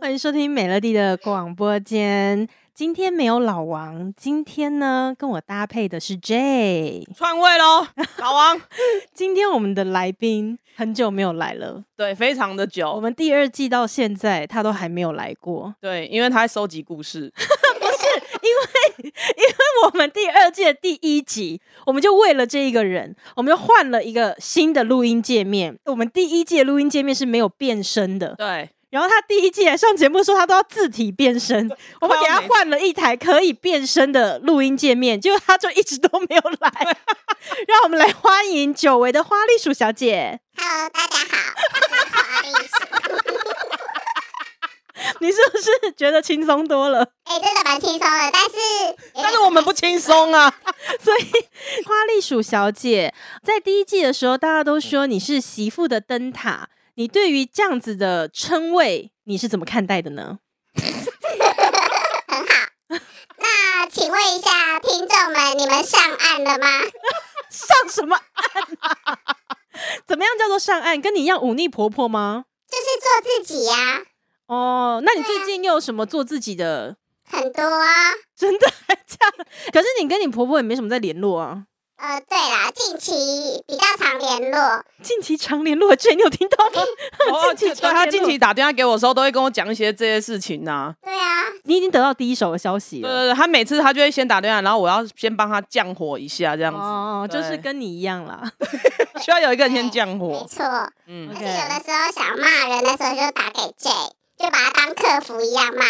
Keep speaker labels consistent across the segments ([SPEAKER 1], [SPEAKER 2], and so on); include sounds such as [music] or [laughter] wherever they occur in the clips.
[SPEAKER 1] 欢迎收听美乐蒂的广播间。今天没有老王，今天呢跟我搭配的是 J。
[SPEAKER 2] 篡位喽， [laughs] 老王。
[SPEAKER 1] 今天我们的来宾很久没有来了，
[SPEAKER 2] 对，非常的
[SPEAKER 1] 我
[SPEAKER 2] 久。
[SPEAKER 1] 们第二季到现在他都还没有来过，
[SPEAKER 2] 对，因为他在收集故事。
[SPEAKER 1] 因为我们第二季的第一集，我们就为了这一个人，我们就换了一个新的录音界面。我们第一季的录音界面是没有变声的， [laughs]
[SPEAKER 2] 对，
[SPEAKER 1] 然后他第一季来上节目说他都要字体变身，我们给他换了一台可以变身的录音界面，结果他就一直都没有来。 [laughs] 让我们来欢迎久违的花栗鼠小姐， [laughs]
[SPEAKER 3] Hello，大家好，我是花栗鼠。
[SPEAKER 1] 你是不是觉得轻松多了？ [laughs]
[SPEAKER 3] [laughs] 哎、真的蛮轻松的，但是哎
[SPEAKER 2] 但是我们不轻
[SPEAKER 1] [laughs]
[SPEAKER 2] 松啊。
[SPEAKER 1] 所以花栗鼠小姐在第一季的时候，大家都说你是媳妇的灯塔，你对于这样子的称谓，你是怎么看待的呢？
[SPEAKER 3] 那请问一下听众们，你们上岸了吗？
[SPEAKER 1] 上什么岸、啊？ [laughs] 怎么样叫做上岸？跟你一样忤逆婆婆吗？
[SPEAKER 3] 就是做自己呀、
[SPEAKER 1] 哦，那你最近又有什么做自己的？ [laughs]
[SPEAKER 3] 很多、哦。
[SPEAKER 1] 真的还这样？可是你跟你婆婆也没什么在联络啊。
[SPEAKER 3] 呃，对啦，近期比较常联络，
[SPEAKER 1] 近期常联络，这你有听到吗？
[SPEAKER 2] 哦，
[SPEAKER 1] 近
[SPEAKER 2] 对，
[SPEAKER 1] 期常
[SPEAKER 2] 他
[SPEAKER 1] 联络
[SPEAKER 2] 近期打电话给我的时候，都会跟我讲一些这些事情呐、
[SPEAKER 3] 对啊，
[SPEAKER 1] [laughs] 你已经得到第一手的消息
[SPEAKER 2] 对
[SPEAKER 1] 了。
[SPEAKER 2] 对对，他每次他就会先打电话，然后我要先帮他降火一下，这样子、
[SPEAKER 1] 哦，就是
[SPEAKER 2] 对
[SPEAKER 1] 跟你一样啦。 [laughs]
[SPEAKER 2] 需要有一个人先降
[SPEAKER 3] 没
[SPEAKER 1] 哦
[SPEAKER 2] 火。
[SPEAKER 3] 错。而
[SPEAKER 2] 嗯，
[SPEAKER 3] 且有的时候想骂人的时候，就打给 J，就把他当客服一
[SPEAKER 1] [laughs]
[SPEAKER 3] 样骂。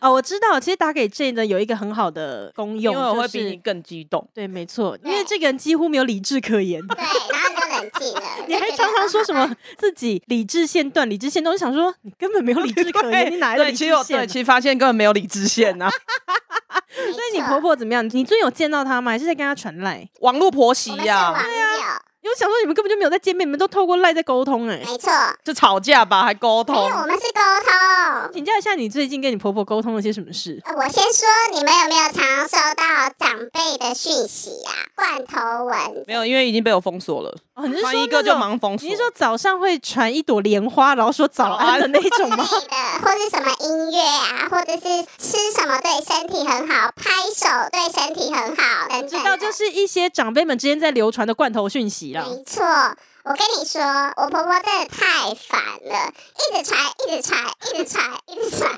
[SPEAKER 1] 哦，我知道，其实打给 J 呢有一个很好的功
[SPEAKER 2] 因
[SPEAKER 1] 用，
[SPEAKER 2] 为我会
[SPEAKER 1] 就
[SPEAKER 2] 比
[SPEAKER 1] 是
[SPEAKER 2] 你更激动。
[SPEAKER 1] 对，没错，因
[SPEAKER 3] 对
[SPEAKER 1] 为这个人几乎没有理智可
[SPEAKER 3] [laughs]
[SPEAKER 1] 言。
[SPEAKER 3] 对，然后你就冷静了。
[SPEAKER 1] [laughs] 你还
[SPEAKER 3] 就觉得
[SPEAKER 1] 常常说
[SPEAKER 3] 哦
[SPEAKER 1] 什么自己理智线断、理智线断，我就想说你根本没有理智可 [laughs]
[SPEAKER 2] [laughs]
[SPEAKER 1] 言，你哪来的
[SPEAKER 2] 对，
[SPEAKER 1] 理智
[SPEAKER 2] 其
[SPEAKER 1] 线
[SPEAKER 2] 实
[SPEAKER 1] 啊？
[SPEAKER 2] 我对，其实发现根本没有理智
[SPEAKER 1] [laughs]
[SPEAKER 2] 线呐、啊，
[SPEAKER 3] 没
[SPEAKER 1] 所以你
[SPEAKER 3] 错
[SPEAKER 1] 婆婆怎么样？你最近有见到她吗？还是在跟她传赖？
[SPEAKER 2] 网络婆媳啊
[SPEAKER 3] [laughs] 我们是
[SPEAKER 2] 呀、
[SPEAKER 3] 网友，
[SPEAKER 1] 因为我想说你们根本就没有在见面，你们都透过赖在沟通哎、
[SPEAKER 3] 没错，
[SPEAKER 2] 是吵架吧，还沟
[SPEAKER 3] 因
[SPEAKER 2] 通
[SPEAKER 3] 为。我们是沟通。
[SPEAKER 1] 请教一下，你最近跟你婆婆沟通了些什么事？
[SPEAKER 3] 呃我先说，你们有没有常常收到长辈的讯息啊？罐头文，
[SPEAKER 2] 没有，因为已经被我封锁了。
[SPEAKER 1] 哦，你是
[SPEAKER 2] 传
[SPEAKER 1] 说
[SPEAKER 2] 一个
[SPEAKER 1] 那
[SPEAKER 2] 就
[SPEAKER 1] 种
[SPEAKER 2] 忙封锁。
[SPEAKER 1] 你是说早上会传一朵莲花，然后说早安的那一种
[SPEAKER 2] [laughs]
[SPEAKER 1] 吗？
[SPEAKER 3] 类的，或是什么音乐啊，或者是吃什么对身体很好，拍手对身体很好，等
[SPEAKER 1] 知
[SPEAKER 3] 等
[SPEAKER 1] 道，
[SPEAKER 3] 的。
[SPEAKER 1] 就是一些长辈们之间在流传的罐头讯息啦。
[SPEAKER 3] 没错，我跟你说，我婆婆真的太烦了，一直传，一直传，一直传，一直传，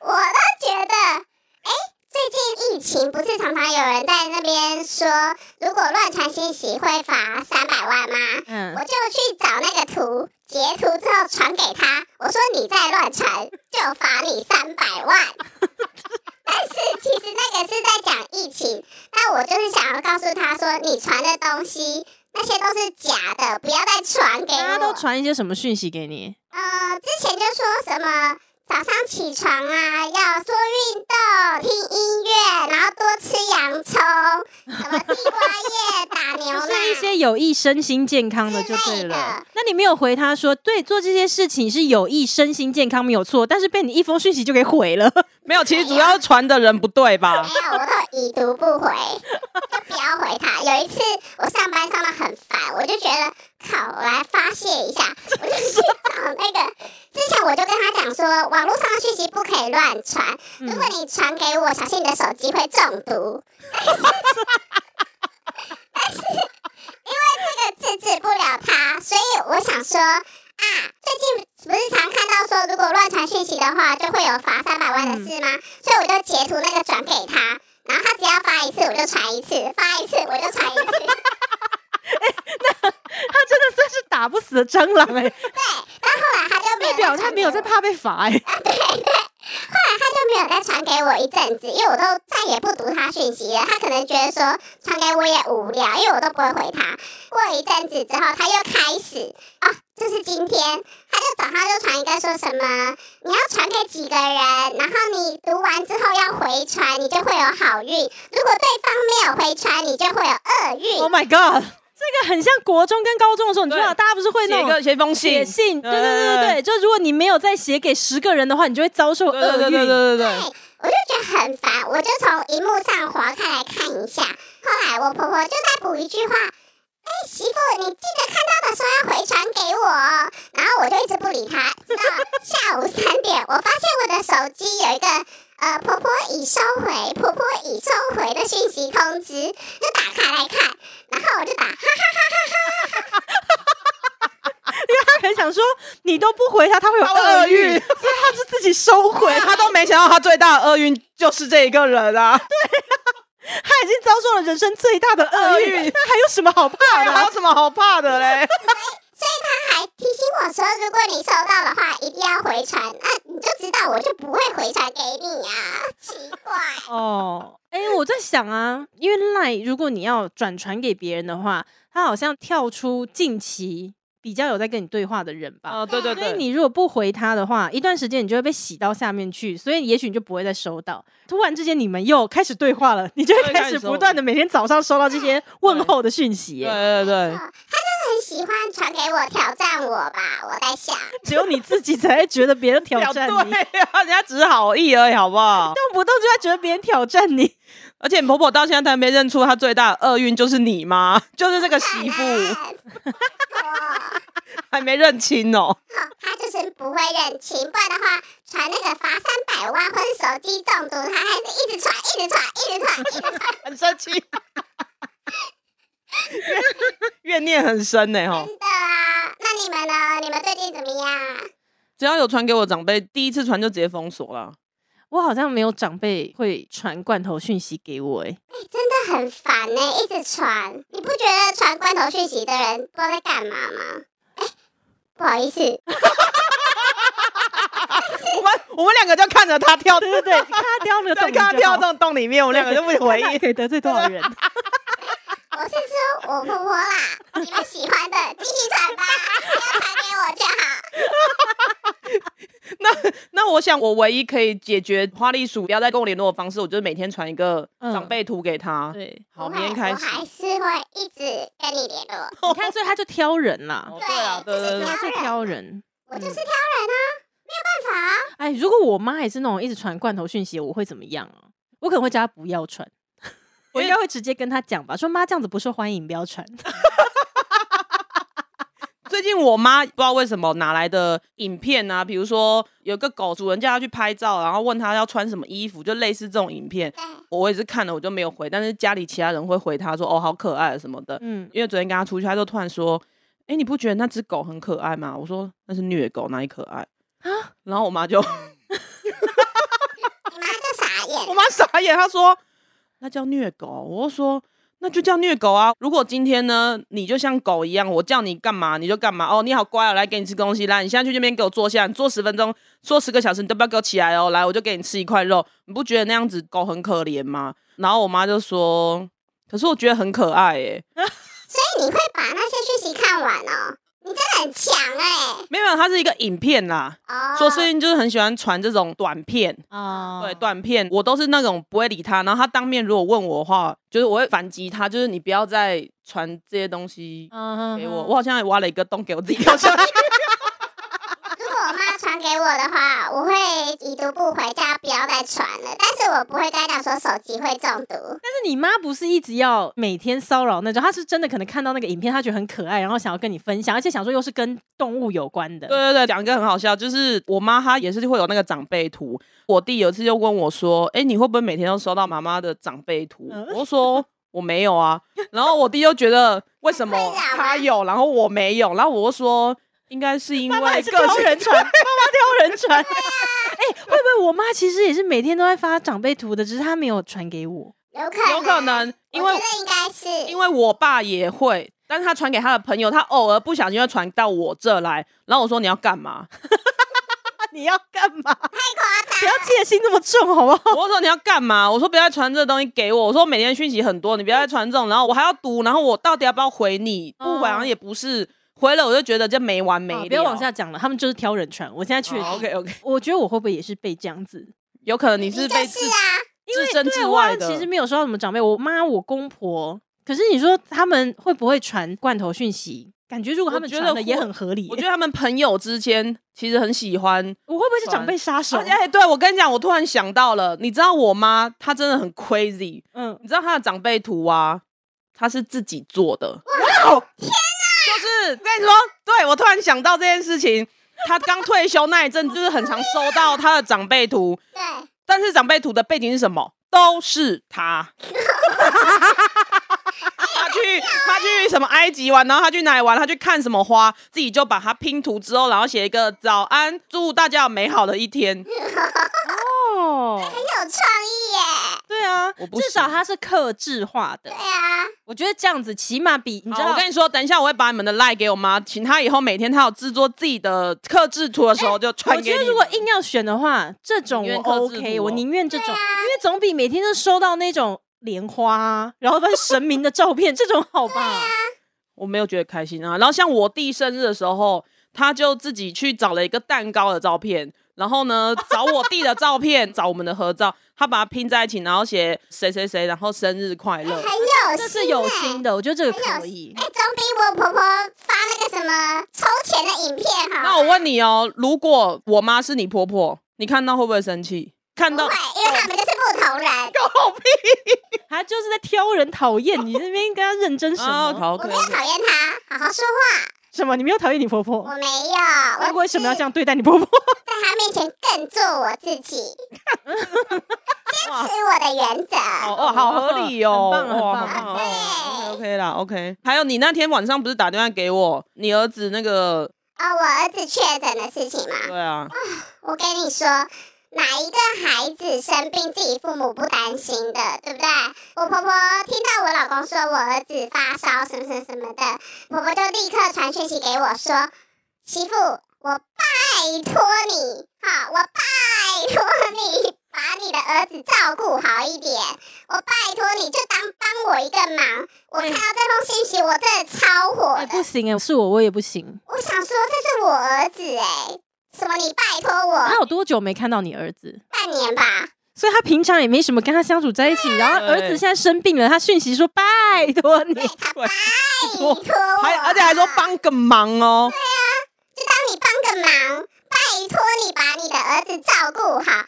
[SPEAKER 3] 我都觉得，哎、最近疫情不是常常有人在那边说，如果乱传信息会罚三百万吗？
[SPEAKER 1] 嗯
[SPEAKER 3] 我，就去找那个图，截图之后传给他，我说你再乱传，就罚你三百万。 [laughs] 但是其实那个是在讲疫情，但我就是想要告诉他说，你传的东西那些都是假的，不要再传给我。
[SPEAKER 1] 大家都传一些什么讯息给你？
[SPEAKER 3] 呃，之前就说什么早上起床啊，要多运动，听音乐，然后多吃洋葱，什么地瓜叶打牛
[SPEAKER 1] [laughs] 就
[SPEAKER 3] 奶，
[SPEAKER 1] 是一些有益身心健康的就对了。那你没有回她说，对，做这些事情是有益身心健康没有错，但是被你一封讯息就给毁 [laughs] 了。
[SPEAKER 2] 没有，其实主要是传的人不对吧
[SPEAKER 1] [laughs]
[SPEAKER 3] 没？有，我都已读不回，就不要回他。有一次我上班上到很烦，我就觉得靠，我来发泄一下，我就去找那个。之前我就跟他讲说，网络上的讯息不可以乱传，如果你传给我，小心你的手机会中毒。但是，但是因为这个制止不了他，所以我想说。啊，最近不是常看到说，如果乱传讯息的话，就会有罚三百万的事吗？所以我就截图那个转给他，然后他只要发一次我就传一次，发一次我就传一
[SPEAKER 1] [laughs]
[SPEAKER 3] 次。
[SPEAKER 1] 她真的算是打不死的蟑螂哎、
[SPEAKER 3] 但后来他就没
[SPEAKER 1] 代
[SPEAKER 3] 有，
[SPEAKER 1] 表她没有在，怕被罚哎、
[SPEAKER 3] 后来他就没有再传给我一阵子，因为我都再也不读他讯息了。他可能觉得说传给我也无聊，因为我都不会回他。过一阵子之后，他又开始啊、就是今天，他就早上就传一个说什么你要传给几个人，然后你读完之后要回传，你就会有好运；如果对方没有回传，你就会有厄运。
[SPEAKER 2] Oh my god！
[SPEAKER 1] 这个很像国中跟高中的时候，你知道
[SPEAKER 2] 对
[SPEAKER 1] 大家不是会那
[SPEAKER 2] 写一
[SPEAKER 1] 种
[SPEAKER 2] 个写一封
[SPEAKER 1] 写
[SPEAKER 2] 信，
[SPEAKER 1] 信，对对对
[SPEAKER 2] 对
[SPEAKER 1] 对对，就如果你没有再写给十个人的话，你就会遭受
[SPEAKER 2] 对对
[SPEAKER 1] 厄
[SPEAKER 2] 对对
[SPEAKER 1] 运。
[SPEAKER 2] 对对对
[SPEAKER 3] 我就觉得很烦，我就从荧幕上划开来看一下。后来我婆婆就再补一句话：“哎、媳妇，你记得看到的时候要回传给我哦。”然后我就一直不理她，直到下午三点，我发现我的手机有一个呃“婆婆已收回，婆婆已收回”的讯息通知，就打开来看，然后我就打哈
[SPEAKER 1] 他很想说你都不回他，他会有
[SPEAKER 2] 他会有
[SPEAKER 1] 厄运，所以
[SPEAKER 2] 厄运
[SPEAKER 1] 他就自己收回 [laughs]
[SPEAKER 2] 对，，他都没想到他最大的厄运就是这一个人啊！
[SPEAKER 1] 他已经遭受了人生最大的厄
[SPEAKER 2] 厄
[SPEAKER 1] 运，
[SPEAKER 2] 运
[SPEAKER 1] 那还有什么好怕
[SPEAKER 2] 还有
[SPEAKER 1] 的？
[SPEAKER 2] 什么好怕的嘞？
[SPEAKER 3] 还提醒我说，如果你收到的话，一定要回传，那你就知道我就不会回传给你啊，奇怪。
[SPEAKER 1] [laughs] 哦，哎、我在想啊，因为赖如果你要转传给别人的话，他好像跳出近期比较有在跟你对话的人吧。
[SPEAKER 2] 哦，对对
[SPEAKER 1] 所以
[SPEAKER 2] 对，
[SPEAKER 1] 你如果不回他的话，一段时间你就会被洗到下面去，所以也许你就不会再收到。突然之间你们又开始对话了，你就会
[SPEAKER 2] 对
[SPEAKER 1] 开
[SPEAKER 2] 开
[SPEAKER 1] 始
[SPEAKER 2] 始
[SPEAKER 1] 不断的每天早上收到这些问候的讯息耶。
[SPEAKER 2] 对对对
[SPEAKER 3] 哦，，他就很喜欢传给我挑战我吧，我在想。
[SPEAKER 1] 只有你自己才会觉得别人挑
[SPEAKER 2] 表
[SPEAKER 1] 战你，
[SPEAKER 2] 对啊，人家只是好意而已，好不好？
[SPEAKER 1] 动不动就要觉得别人挑战你。
[SPEAKER 2] 而且你婆婆到现在才没认出她最大的厄运就是你吗？就是这个媳
[SPEAKER 1] [laughs]
[SPEAKER 2] 妇
[SPEAKER 3] 哦，
[SPEAKER 2] 还没认清哦。
[SPEAKER 3] 他就是不会认清，不然的话，传那个罚三百万或是手机中毒，他还是一直传，一直传，一直传，一直传。
[SPEAKER 2] 很生气， [laughs] 怨念很深呢哈。
[SPEAKER 3] 真的啊？那你们呢？ [laughs] 你们最近怎么样？
[SPEAKER 2] 只要有传给我长辈，第一次传就直接封锁了。
[SPEAKER 1] 我好像没有长辈会传罐头讯息给我、欸，
[SPEAKER 3] 真的很烦呢、一直传，你不觉得传罐头讯息的人不知道在干嘛吗？哎、不好意思，
[SPEAKER 2] 我们我们两个就看着他跳，对对对，
[SPEAKER 1] 看他掉那个洞，
[SPEAKER 2] 看他跳，洞洞里面，我们两个就不回应。
[SPEAKER 1] 可以得罪多少人？
[SPEAKER 3] 我是说我婆婆啦，你们喜欢的继续传吧，不要传给我就好。
[SPEAKER 2] 那我想，我唯一可以解决花栗鼠不要再跟我联络的方式，我就是每天传一个
[SPEAKER 1] 嗯
[SPEAKER 2] 长辈图给他。
[SPEAKER 1] 对，
[SPEAKER 2] 好，
[SPEAKER 3] 我
[SPEAKER 2] 明
[SPEAKER 3] 还
[SPEAKER 2] 天开
[SPEAKER 3] 我
[SPEAKER 2] 始。嗯
[SPEAKER 3] 还是会一直跟你联
[SPEAKER 2] [laughs]
[SPEAKER 3] 络。
[SPEAKER 1] 你看，所以他就挑人啦，
[SPEAKER 2] 哦，对啊，对对
[SPEAKER 1] 对，
[SPEAKER 2] 对
[SPEAKER 1] 他。是挑人。
[SPEAKER 3] 我就是挑人啊，没有办法、啊。
[SPEAKER 1] 哎，如果我妈也是那种一直传罐头讯息，我会怎么样啊？我可能会叫她不要传，我应该会直接跟她讲吧，说妈这样子不受欢迎，不要传。 [laughs]
[SPEAKER 2] 最近我妈不知道为什么哪来的影片啊，比如说有个狗主人叫她去拍照，然后问她要穿什么衣服，就类似这种影片。
[SPEAKER 3] 对，
[SPEAKER 2] 我也是看了，我就没有回，但是家里其他人会回她说哦好可爱什么的。
[SPEAKER 1] 嗯，
[SPEAKER 2] 因为昨天跟她出去，她就突然说：“哎、你不觉得那只狗很可爱吗？”我说：“那是虐狗，哪里可爱啊？”然后我妈就
[SPEAKER 3] 你妈就傻眼
[SPEAKER 2] [laughs]
[SPEAKER 3] 哎
[SPEAKER 2] 我。妈傻眼，她说：“那叫虐狗。”我就说。那就叫虐狗啊！如果今天呢，你就像狗一样，我叫你干嘛你就干嘛哦。你好乖哦，来给你吃东西，来，你现在去那边给我坐下，你坐十分钟，坐十个小时，你都不要给我起来哦。来，我就给你吃一块肉，你不觉得那样子狗很可怜吗？然后我妈就说：“可是我觉得很可爱耶、
[SPEAKER 3] 所以你会把那些讯息看完哦，你真的很强哎、
[SPEAKER 2] 没有，它是一个影片啦。
[SPEAKER 3] 哦，
[SPEAKER 2] 说最近就是很喜欢传这种短片，
[SPEAKER 1] 啊
[SPEAKER 2] 对，短片，我都是那种不会理他，然后他当面如果问我的话，就是我会反击他，就是你不要再传这些东西
[SPEAKER 1] 嗯
[SPEAKER 2] 给我。我好像也挖了一个洞给我自己
[SPEAKER 1] [laughs]
[SPEAKER 2] 跳下来。
[SPEAKER 3] 如果我妈传给我的话，我会已读不回，叫她不要再传了。但是我不会跟她讲说手机会中毒。
[SPEAKER 1] 但是你妈不是一直要每天骚扰那种，她是真的可能看到那个影片，她觉得很可爱，然后想要跟你分享，而且想说又是跟动物有关的。
[SPEAKER 2] 对，对对，讲一个很好笑，就是我妈她也是会有那个长辈图。我弟有一次就问我说：“哎、你会不会每天都收到妈妈的长辈图？”
[SPEAKER 1] 嗯
[SPEAKER 2] 我就说。我没有啊，然后我弟就觉得为什么
[SPEAKER 1] 啊
[SPEAKER 2] 他有，然后我没有，然后我就说应该是因为
[SPEAKER 1] 妈妈也是
[SPEAKER 2] 个
[SPEAKER 1] 挑
[SPEAKER 2] 性
[SPEAKER 1] 人 [laughs] 传，妈妈挑人传。哎、 [laughs] 会不会我妈其实也是每天都在发长辈图的，只是她没有传给我？
[SPEAKER 3] 有可能，
[SPEAKER 2] 有
[SPEAKER 1] [laughs]
[SPEAKER 2] 可能因为
[SPEAKER 3] 我觉得应该是
[SPEAKER 2] 因为我爸也会，但是他传给他的朋友，他偶尔不小心会传到我这来，然后我说你要干 [laughs] 嘛？
[SPEAKER 1] 啊你要干嘛？太夸张！不要戒心这么重，好不好？
[SPEAKER 2] 我说你要干嘛？我说不要再传这东西给我，我说每天讯息很多，你不要再传这种，然后我还要读，然后我到底要不要回你？不回好像也不是，回了我就觉得这没完没
[SPEAKER 1] 好
[SPEAKER 2] 了。
[SPEAKER 1] 不要往下讲了，他们就是挑人传。我现在确定、
[SPEAKER 2] OK OK，
[SPEAKER 1] 我觉得我会不会也是被这样子？
[SPEAKER 2] 有可能你是
[SPEAKER 3] 你就
[SPEAKER 2] 被
[SPEAKER 3] 是
[SPEAKER 2] 自
[SPEAKER 3] 啊，
[SPEAKER 2] 置身
[SPEAKER 1] 对
[SPEAKER 2] 之
[SPEAKER 1] 我好
[SPEAKER 2] 外
[SPEAKER 1] 像
[SPEAKER 2] 的。
[SPEAKER 1] 其实没有收到什么长辈，我妈、我公婆。可是你说他们会不会传罐头讯息感觉如果他们
[SPEAKER 2] 我觉得
[SPEAKER 1] 传的也
[SPEAKER 2] 或
[SPEAKER 1] 很合理、欸
[SPEAKER 2] 我觉得他们朋友之间其实很喜欢
[SPEAKER 1] 我会不会是长辈杀手
[SPEAKER 2] 而且？哎，对我跟你讲，我突然想到了，你知道我妈她真的很 crazy，
[SPEAKER 1] 嗯，
[SPEAKER 2] 你知道她的长辈图啊，她是自己做的。
[SPEAKER 1] 哇，
[SPEAKER 2] 就是我跟你说，对我突然想到这件事情，她刚退休那一阵，就是很常收到她的长辈图，
[SPEAKER 3] 对，
[SPEAKER 2] 但是长辈图的背景是什么？都是她。她去她去什么埃及玩，然后她去哪里玩，她去看什么花，自己就把它拼图之后，然后写一个早安，祝大家有美好的一天。
[SPEAKER 1] [laughs] 哦，
[SPEAKER 3] 很有创意耶。
[SPEAKER 1] [laughs] 对啊
[SPEAKER 2] 我，不
[SPEAKER 1] 至少
[SPEAKER 2] 行
[SPEAKER 1] 它是克制化的
[SPEAKER 3] 对。啊，
[SPEAKER 1] 我觉得这样子起码比你知
[SPEAKER 2] 好
[SPEAKER 1] 道
[SPEAKER 2] 我，跟你说，等一下我会把你们的 line 给我妈，请她以后每天她有制作自己的克制图的时候就传
[SPEAKER 1] 我
[SPEAKER 2] 给
[SPEAKER 1] 觉得
[SPEAKER 2] 你们。
[SPEAKER 1] 如果硬要选的话，这种
[SPEAKER 2] 宁
[SPEAKER 1] 我
[SPEAKER 2] 愿克制
[SPEAKER 1] OK，
[SPEAKER 2] 住
[SPEAKER 1] 我
[SPEAKER 2] 哦
[SPEAKER 1] 宁愿这种，因为总比每天都收到那种莲花啊，然后都是神明的照片，这种好吧？
[SPEAKER 2] 我没有觉得开心啊。然后像我弟生日的时候，他就自己去找了一个蛋糕的照片，然后呢找我弟的照片，找我们的合照，他把它拼在一起，然后写谁谁谁，然后生日快乐。哎
[SPEAKER 3] 很有
[SPEAKER 1] 这
[SPEAKER 3] 心、
[SPEAKER 1] 是有心
[SPEAKER 3] 啊的。
[SPEAKER 1] 的，我觉得这个
[SPEAKER 3] 很有
[SPEAKER 1] 可以
[SPEAKER 3] 哎、。总比我婆婆发那个什么抽钱的影片好。
[SPEAKER 2] 那我问你哦，如果我妈是你婆婆，你看到会不会生气？看
[SPEAKER 3] 不
[SPEAKER 2] 到哦
[SPEAKER 3] 会，因为他们就是不同人。
[SPEAKER 1] 他就是在挑人讨厌，你那边跟他认真什
[SPEAKER 2] 啊，
[SPEAKER 1] 么？
[SPEAKER 2] 好
[SPEAKER 3] 我
[SPEAKER 2] ，OK，
[SPEAKER 3] 没有讨厌他，好好说话。
[SPEAKER 1] 什么？你没有讨厌你婆
[SPEAKER 3] 我
[SPEAKER 1] 婆？
[SPEAKER 3] 没有，
[SPEAKER 1] 那
[SPEAKER 3] 我
[SPEAKER 1] 为什么要这样对待你婆婆？
[SPEAKER 3] 在他面前更做我自己，
[SPEAKER 2] [laughs]
[SPEAKER 3] 坚
[SPEAKER 2] 哇
[SPEAKER 3] 持我的原则。
[SPEAKER 2] 好哦，好合理哦，
[SPEAKER 1] 很棒
[SPEAKER 2] 哇
[SPEAKER 1] 很棒
[SPEAKER 2] 好好 OK 啦，OK。还有你那天晚上不是打电话给我，你儿子那个，
[SPEAKER 3] 哦，我儿子确诊的事情嘛，
[SPEAKER 2] 对啊，
[SPEAKER 3] 我跟你说，哪一个孩子生病自己父母不担心的，对不对？我婆婆听到我老公说我儿子发烧什么什么什么的，婆婆就立刻传讯息给我说：“媳妇，我拜托你，哈，我拜托你。”把你的儿子照顾好一点，我拜托你就当帮我一个忙。我看到这封信息，我真的超火
[SPEAKER 1] [laughs]
[SPEAKER 3] 的。
[SPEAKER 1] 哎，不行哎，是我我也不行。
[SPEAKER 3] 我想说，这是我儿子哎、什么你拜托
[SPEAKER 1] 他
[SPEAKER 3] 我
[SPEAKER 1] 有多久没看到你儿子？
[SPEAKER 3] 半年吧？
[SPEAKER 1] 所以他平常也没什么跟他相处在一起，然后儿子
[SPEAKER 2] 对
[SPEAKER 1] 现在生病了，他讯息说拜托你，
[SPEAKER 3] 拜托我，
[SPEAKER 2] 还而且还说帮个忙哦，
[SPEAKER 3] 就当你帮个忙，拜托你把你的儿子照顾好。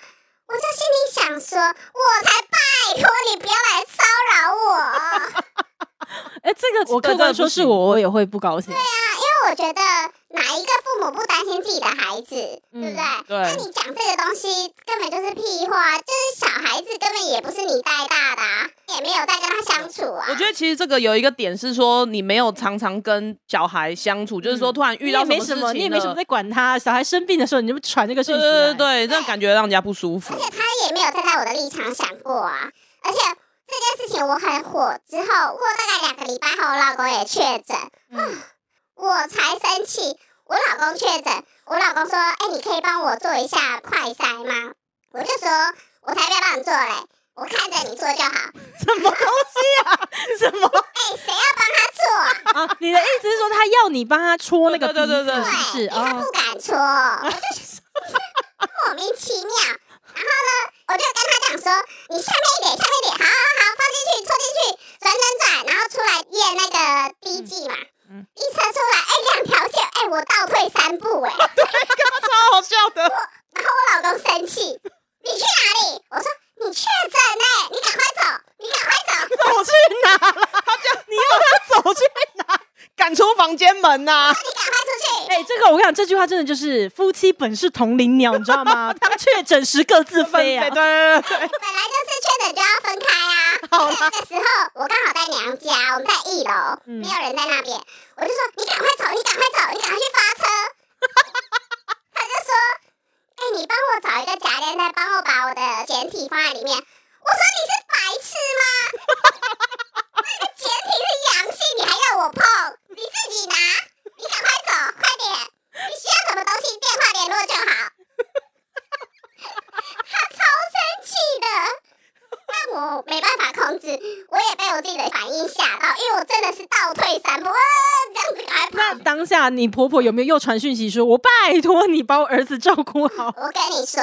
[SPEAKER 3] 我就心里想说，我才拜托你不要来骚扰我，
[SPEAKER 2] [laughs]
[SPEAKER 1] 哎，这个我客
[SPEAKER 2] 这个
[SPEAKER 1] 观
[SPEAKER 2] 不
[SPEAKER 1] 说是
[SPEAKER 2] 行
[SPEAKER 1] 我，我也会不高兴。
[SPEAKER 3] 因为我觉得哪一个父母不担心自己的孩子，
[SPEAKER 1] 嗯
[SPEAKER 3] 对不对？
[SPEAKER 2] 对
[SPEAKER 3] 那你讲这个东西根本就是屁话，就是小孩子根本也不是你带大的、啊，也没有在跟他相处啊。
[SPEAKER 2] 我觉得其实这个有一个点是说，你没有常常跟小孩相处，就是说突然遇到
[SPEAKER 1] 你也没什么，
[SPEAKER 2] 事情
[SPEAKER 1] 嗯你也没什么
[SPEAKER 2] 了
[SPEAKER 1] 在管他。小孩生病的时候，你就传这个讯
[SPEAKER 2] 对
[SPEAKER 1] 息
[SPEAKER 2] 对
[SPEAKER 1] 来。 [laughs]
[SPEAKER 2] 对对，那感觉让人家不舒服
[SPEAKER 3] 而。且他也没有站在我的立场想过啊。而且这件事情我很火之后，过大概两个礼拜后，我老公也确诊，
[SPEAKER 1] 嗯
[SPEAKER 3] 我才生气。我老公确诊，我老公说：“哎、你可以帮我做一下快筛吗？”我就说：“我才不要帮你做嘞，我看着你做就好。
[SPEAKER 1] 什么东西啊？ [laughs] 什么
[SPEAKER 3] 哎，谁要帮他做啊？
[SPEAKER 1] 啊？你的意思是说他要你帮他戳那个鼻
[SPEAKER 2] 对
[SPEAKER 1] 子，
[SPEAKER 2] 对对对
[SPEAKER 1] 是不
[SPEAKER 3] 对，
[SPEAKER 1] 是
[SPEAKER 3] 因为他
[SPEAKER 1] 啊？
[SPEAKER 3] 不敢搓， [laughs] 我就莫名其妙。然后呢，我就跟他讲说，你下面一点，下面一点，好好好，放进去，戳进去，转转转，然后出来验那个滴剂嘛。
[SPEAKER 1] 嗯
[SPEAKER 3] 一测出来，哎、两条线，哎、我倒退三步、哎，
[SPEAKER 2] 超好笑的，
[SPEAKER 3] 然后我老公生气，你去哪里？我说你确诊哎，你赶快走，你赶快走。
[SPEAKER 1] 走去哪了？你要他走去哪？
[SPEAKER 2] 赶出房间门啊
[SPEAKER 1] [laughs]
[SPEAKER 2] 呐、
[SPEAKER 3] 你赶快出去，
[SPEAKER 1] 哎、这个我跟你讲，这句话真的就是夫妻本是同林鸟，你知道吗？当确诊时各自飞啊
[SPEAKER 2] 对！对对对，
[SPEAKER 3] 本来就是确诊就要分开啊。
[SPEAKER 2] 好啦，
[SPEAKER 3] 那时候我刚好在娘家，我们在一楼，
[SPEAKER 1] 嗯
[SPEAKER 3] 没有人在那边，我就说你赶快走，你赶快走，你赶快去发车。他就说，哎、你帮我找一个夹链袋，帮我把我的简体放在里面。我说你是白痴吗？ [laughs] 那个简体是阳性，你还要我碰？你自己拿，你赶快走，快点！你需要什么东西，电话联络就好。 [laughs] 他超生气的。但我没办法控制，我也被我自己的反应吓到，因为我真的是倒退三步，啊这样子赶快
[SPEAKER 1] 那
[SPEAKER 3] 跑。
[SPEAKER 1] 当下你婆婆有没有又传讯息说：“我拜托你把我儿子照顾好
[SPEAKER 3] 我跟你说，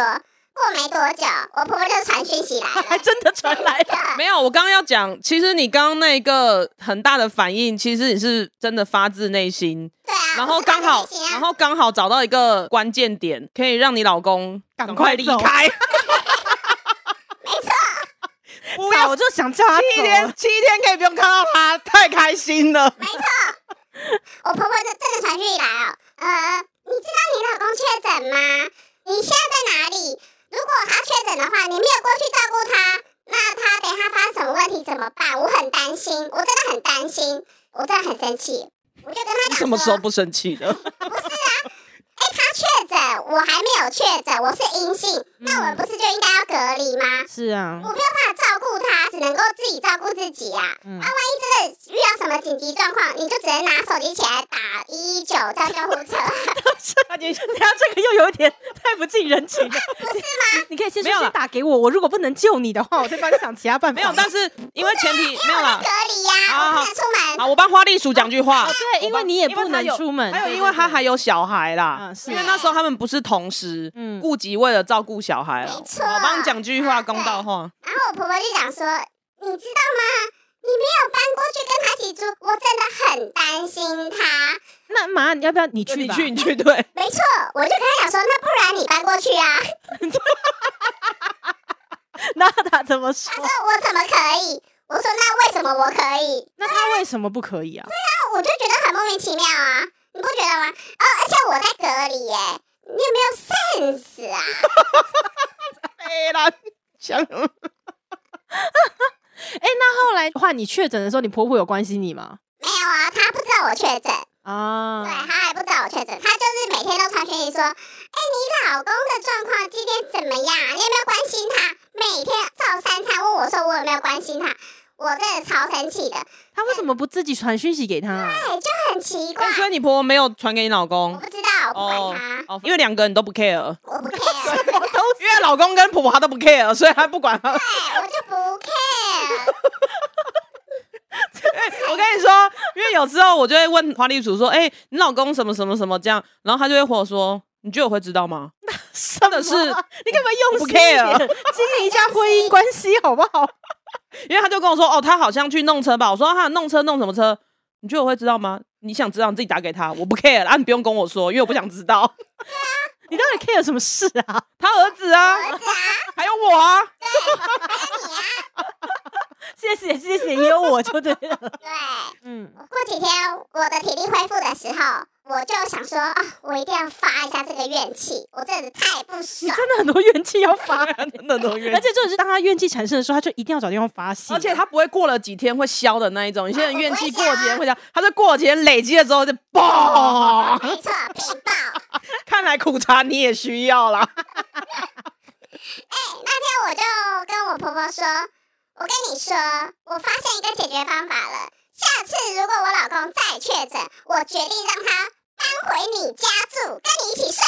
[SPEAKER 3] 过没多久，我婆婆就传讯息来
[SPEAKER 1] 还
[SPEAKER 3] 了，
[SPEAKER 1] 真的传来了。
[SPEAKER 3] 对啊
[SPEAKER 2] 没有，我刚刚要讲，其实你刚刚那一个很大的反应，其实你是真的发自内心，
[SPEAKER 3] 对啊，
[SPEAKER 2] 然后刚好
[SPEAKER 3] 我是发自内心，啊
[SPEAKER 2] 然后刚好找到一个关键点，可以让你老公
[SPEAKER 1] 赶
[SPEAKER 2] 赶
[SPEAKER 1] 快
[SPEAKER 2] 快离
[SPEAKER 1] 走
[SPEAKER 2] 开。 [laughs]
[SPEAKER 1] 不要，我就想叫他
[SPEAKER 2] 七
[SPEAKER 1] 走
[SPEAKER 2] 天
[SPEAKER 1] 了。
[SPEAKER 2] 七天可以不用看到他，太开心了。
[SPEAKER 3] 我婆婆就真的传讯息来哦，呃，你知道你老公确诊吗？你现在在哪里？如果他确诊的话，你没有过去照顾他，那他等一下发生什么问题怎么办？我很担心，我真的很担心，我真的很生气。我就跟他
[SPEAKER 2] 你
[SPEAKER 3] 讲
[SPEAKER 2] 什么时候
[SPEAKER 3] 说，
[SPEAKER 2] 不生气 [laughs] 的？
[SPEAKER 3] 哎、他确诊，我还没有确诊，我是阴性，那我们不是就应该要隔离吗？
[SPEAKER 1] 是啊 [laughs]
[SPEAKER 3] 我，没有办法照顾他，只能够自己照顾自己啊。
[SPEAKER 1] 嗯
[SPEAKER 3] 啊，万一真的遇到什么紧急状况，你就只能拿手机起来打一一九叫救护车。 [laughs]
[SPEAKER 1] 他等一下这个又有一点太不近人情了，不是吗？你可以先
[SPEAKER 2] 没有
[SPEAKER 1] 说
[SPEAKER 2] 啦
[SPEAKER 1] 先打给我，我如果不能救你的话，我再帮你想其他办法。
[SPEAKER 2] 没有，但是因为前提没有啦
[SPEAKER 3] [laughs] 隔。离呀、啊
[SPEAKER 2] 好好
[SPEAKER 3] 我不能出门。
[SPEAKER 2] 好，我帮花栗鼠讲句话。
[SPEAKER 1] [laughs] 对，因为你也不能出门，
[SPEAKER 2] 还有，
[SPEAKER 1] 对
[SPEAKER 2] 因为他还有小孩啦
[SPEAKER 1] 嗯，是
[SPEAKER 2] 因为那时候他们不是同时，
[SPEAKER 1] 嗯
[SPEAKER 2] 顾及为了照顾小孩了。
[SPEAKER 3] 没错
[SPEAKER 2] 我帮你讲句话，公道话。
[SPEAKER 3] 然后我婆婆就讲说：“你知道吗？你没有搬过去跟他一起住，我真的很担心他。
[SPEAKER 1] 那妈，你要不要你
[SPEAKER 2] 你
[SPEAKER 1] 去吧？
[SPEAKER 2] 去，你
[SPEAKER 3] [laughs]
[SPEAKER 2] 去，对。
[SPEAKER 3] 没错，我就跟他讲说，那不然你搬过去啊？ [laughs]
[SPEAKER 1] [laughs] 那他怎么说
[SPEAKER 3] 他？说我怎么可以？我说那为什么我可以？
[SPEAKER 1] 那他为什么不可以 [laughs] 啊？
[SPEAKER 3] 那我就觉得很莫名其妙啊，你不觉得吗？哦，而且我在隔离耶、你有没有 sense 啊？
[SPEAKER 2] 哎啦，
[SPEAKER 1] [laughs]
[SPEAKER 2] 想
[SPEAKER 1] 哎，那后来换你确诊的时候，你婆婆有关心你吗？
[SPEAKER 3] 没有啊，他不知道我确诊，对
[SPEAKER 2] 嗯
[SPEAKER 1] 啊，
[SPEAKER 3] 他还不知道我确诊，他就是每天都传讯息说，哎、你老公的状况今天怎么样啊？你有没有关心他？每天照三餐问我说我有没有关心他，我真的超生气的，
[SPEAKER 1] 他为什么不自己传讯息给他 [laughs] 啊？
[SPEAKER 3] 哎、就很奇怪
[SPEAKER 2] 哎，，所以你婆婆没有传给你老
[SPEAKER 3] 我
[SPEAKER 2] 公
[SPEAKER 3] 不知道，我啊不
[SPEAKER 2] 哦
[SPEAKER 3] 管他，
[SPEAKER 2] 哦，因为两个人都不 care，
[SPEAKER 3] 我
[SPEAKER 2] [laughs]
[SPEAKER 3] 不 care，
[SPEAKER 2] 因为老公跟婆婆她都不 care，所以她不管她。 [laughs]
[SPEAKER 3] 哎，我就不 care，
[SPEAKER 2] 我跟你说，因为有时候我就会问花栗鼠说：“哎、你老公什么什么什么这样？”然后他就会回我说：“你觉得我会知道
[SPEAKER 3] [laughs]
[SPEAKER 2] 吗
[SPEAKER 1] 真
[SPEAKER 2] 的是
[SPEAKER 1] [laughs] 你可不可以用
[SPEAKER 2] 不
[SPEAKER 1] 心一点
[SPEAKER 2] care
[SPEAKER 1] [laughs] 经营一下婚姻关系好不 [laughs] 好？？”
[SPEAKER 2] 因为他就跟我说：“哦，他好像去弄车吧。”我说：“他弄车弄什么车？你觉得我会知道吗？你想知道你自己打给他，我不 care 啊，你不用跟我说，因为我不想知道。
[SPEAKER 3] [laughs]
[SPEAKER 1] 你到底 care 什么事啊？
[SPEAKER 2] 他儿子
[SPEAKER 3] [laughs]
[SPEAKER 2] 啊，还有我啊，
[SPEAKER 1] [laughs]
[SPEAKER 2] [laughs]
[SPEAKER 1] 谢谢谢谢，也有我就对了。 [laughs]
[SPEAKER 3] 对。
[SPEAKER 1] 嗯，
[SPEAKER 3] 过几天我的体力恢复的时候，我就想说啊、我一定要发一下这个怨气，我真的太不
[SPEAKER 1] 你
[SPEAKER 3] 爽。
[SPEAKER 1] 真的很多怨气要 [laughs] 发，而
[SPEAKER 2] 真的都冤
[SPEAKER 1] 且。这种是当他怨气产生的时候，他就一定要找地方发 [laughs] 泄。
[SPEAKER 2] 而且他不会过了几天会消的那一种，有些人怨气过几天啊会消，他是过几天累积了之后就 [laughs] 爆。
[SPEAKER 3] 没错，禀报。
[SPEAKER 2] 看来苦茶你也需要啦。
[SPEAKER 3] 哎那天我就跟我婆婆说，我跟你说，我发现一个解决方法了。下次如果我老公再确诊，我决定让他搬回你家住，跟你一起睡，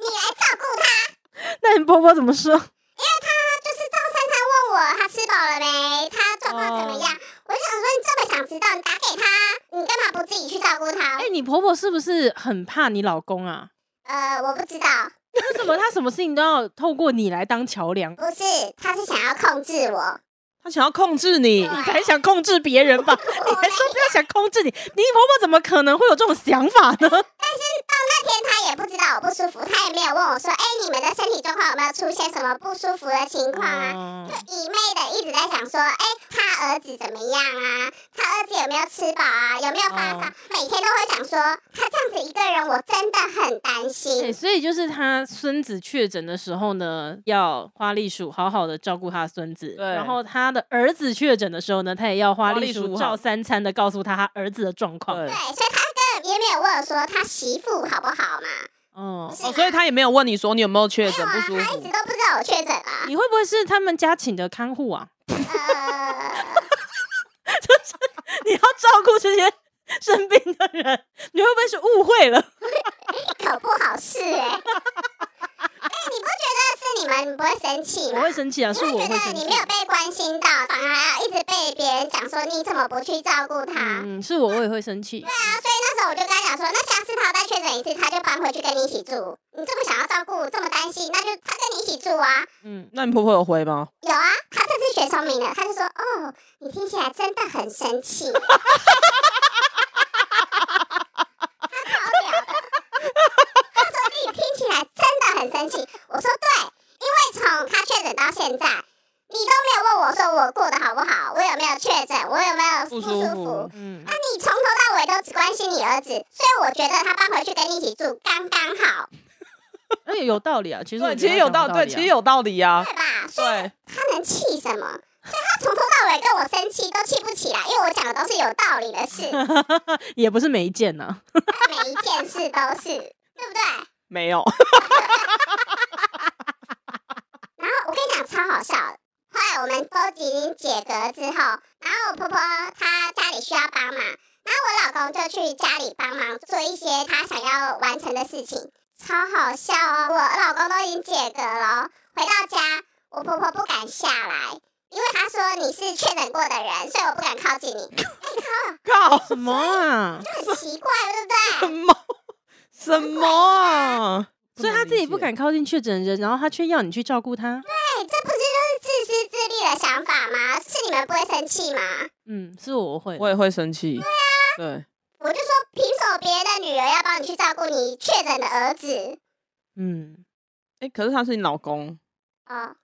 [SPEAKER 3] 你来照顾他。
[SPEAKER 1] [laughs] 那你婆婆怎么说？
[SPEAKER 3] 他就是赵三餐问我他吃饱了没，他状况怎么样。我就想说，你这么想知道，你打给他，你干嘛不自己去照顾他？
[SPEAKER 1] 哎、你婆婆是不是很怕你老公啊？
[SPEAKER 3] 呃，我不知道，
[SPEAKER 1] 为什么他什么事情都要透过你来当桥梁？
[SPEAKER 3] 不是，他是想要控制我。
[SPEAKER 2] 他想要控制你，
[SPEAKER 1] 你才想控制别人吧？你还说不要想控制你，你婆婆怎么可能会有这种想法呢？
[SPEAKER 3] 那天他也不知道我不舒服，他也没有问我说，哎、你们的身体状况有没有出现什么不舒服的情况啊？
[SPEAKER 1] 哦
[SPEAKER 3] 就一昧的一直在想说，哎、他儿子怎么样啊？他儿子有没有吃饱啊？有没有发烧？
[SPEAKER 1] 哦
[SPEAKER 3] 每天都会讲说，他这样子一个人，我真的很担心。
[SPEAKER 1] 对，所以就是他孙子确诊的时候呢，要花栗鼠好好的照顾他孙子，
[SPEAKER 2] 对
[SPEAKER 1] 然后他的儿子确诊的时候呢，他也要花
[SPEAKER 2] 花
[SPEAKER 1] 栗
[SPEAKER 2] 栗
[SPEAKER 1] 鼠
[SPEAKER 2] 鼠
[SPEAKER 1] 照
[SPEAKER 2] 好
[SPEAKER 1] 三餐的告诉他他儿子的状况。
[SPEAKER 2] 对
[SPEAKER 3] 对，所以他根本也没有问我说他媳妇好不好嘛，
[SPEAKER 1] 哦，
[SPEAKER 3] 是
[SPEAKER 2] 哦，
[SPEAKER 3] 吗？
[SPEAKER 2] 所以他也没有问你说你有没有确诊不舒
[SPEAKER 3] 对啊，他一直
[SPEAKER 2] 服，
[SPEAKER 3] 都不知道我确诊啊。
[SPEAKER 1] 你会不会是他们家请的看护啊？ [laughs]
[SPEAKER 3] 呃， [laughs]
[SPEAKER 1] 你要照顾这些 [laughs] 生病的人，你会不会是误会了？
[SPEAKER 3] 欸 [laughs] 可不好事哎、哎、你不觉得是你你们，你不会生气
[SPEAKER 1] 我
[SPEAKER 3] 吗？
[SPEAKER 1] 会生气啊，
[SPEAKER 3] 你
[SPEAKER 1] 是我
[SPEAKER 3] 会
[SPEAKER 1] 会
[SPEAKER 3] 觉得
[SPEAKER 1] 生
[SPEAKER 3] 你
[SPEAKER 1] 气
[SPEAKER 3] 没，有被关心到，反而要一直被别人讲说你怎么不去照顾他？啊
[SPEAKER 1] 嗯，是我我也会生气。
[SPEAKER 3] 那时候我就跟他讲说，那下次他再确诊一次，他就搬回去跟你一起住。你这么想要照顾，这么担心，那就他跟你一起住啊。
[SPEAKER 2] 嗯，那你婆婆有回吗？
[SPEAKER 3] 有啊，他这次学聪明了，他就说：“哦，你听起来真的很生气。”
[SPEAKER 2] [laughs]
[SPEAKER 3] 他超屌的，他说你听起来真的很生气。我说对，因为从他确诊到现在，你都没有问我说我过得好不好，我有没有确诊，我有没有
[SPEAKER 2] 不
[SPEAKER 3] 不舒
[SPEAKER 2] 舒
[SPEAKER 3] 服
[SPEAKER 2] 服。。
[SPEAKER 1] 嗯
[SPEAKER 3] 那，你从头到尾都只关心你儿子，所以我觉得他搬回去跟你一起住刚刚好，
[SPEAKER 1] 而且有道理啊，其实我
[SPEAKER 2] 对，
[SPEAKER 1] 觉
[SPEAKER 2] 其
[SPEAKER 1] 得
[SPEAKER 2] 实有
[SPEAKER 1] 他讲
[SPEAKER 2] 道，
[SPEAKER 1] 得
[SPEAKER 2] 对，
[SPEAKER 1] 理啊
[SPEAKER 2] 其实有道理啊。
[SPEAKER 3] 对吧？所以
[SPEAKER 2] 对，
[SPEAKER 3] 他能气什么？所以他从头到尾跟我生气都气不起来，因为我讲的都是有道理的事，
[SPEAKER 1] 也不是没见呐、
[SPEAKER 2] [laughs]
[SPEAKER 1] 啊。
[SPEAKER 3] 他每一件事都是，对不对？
[SPEAKER 2] 没有，
[SPEAKER 3] 然后我跟你讲超好笑的，后来我们都已经解隔之后，然后我婆婆她家里需要帮忙，然后我老公就去家里帮忙做一些他想要完成的事情，超好笑哦！我老公都已经解隔了哦，回到家我婆婆不敢下来，因为她说你是确诊过的人，所以我不敢靠近你，
[SPEAKER 2] 靠
[SPEAKER 1] 什么啊？
[SPEAKER 3] 就很奇怪，对不对？
[SPEAKER 2] [laughs] 什么什么啊？
[SPEAKER 1] 所以他自己不敢靠近确诊人，然后他却要你去照顾他。
[SPEAKER 3] 哎，这不是就是自私自利的想法吗？是你们不会生气吗？
[SPEAKER 1] 嗯，是我会
[SPEAKER 2] 我也会生气。对，
[SPEAKER 3] 我就说，凭什么别人的女儿要帮你去照顾你确诊的儿子？
[SPEAKER 1] 嗯，
[SPEAKER 2] 哎，可是他是你老公，
[SPEAKER 3] 哦，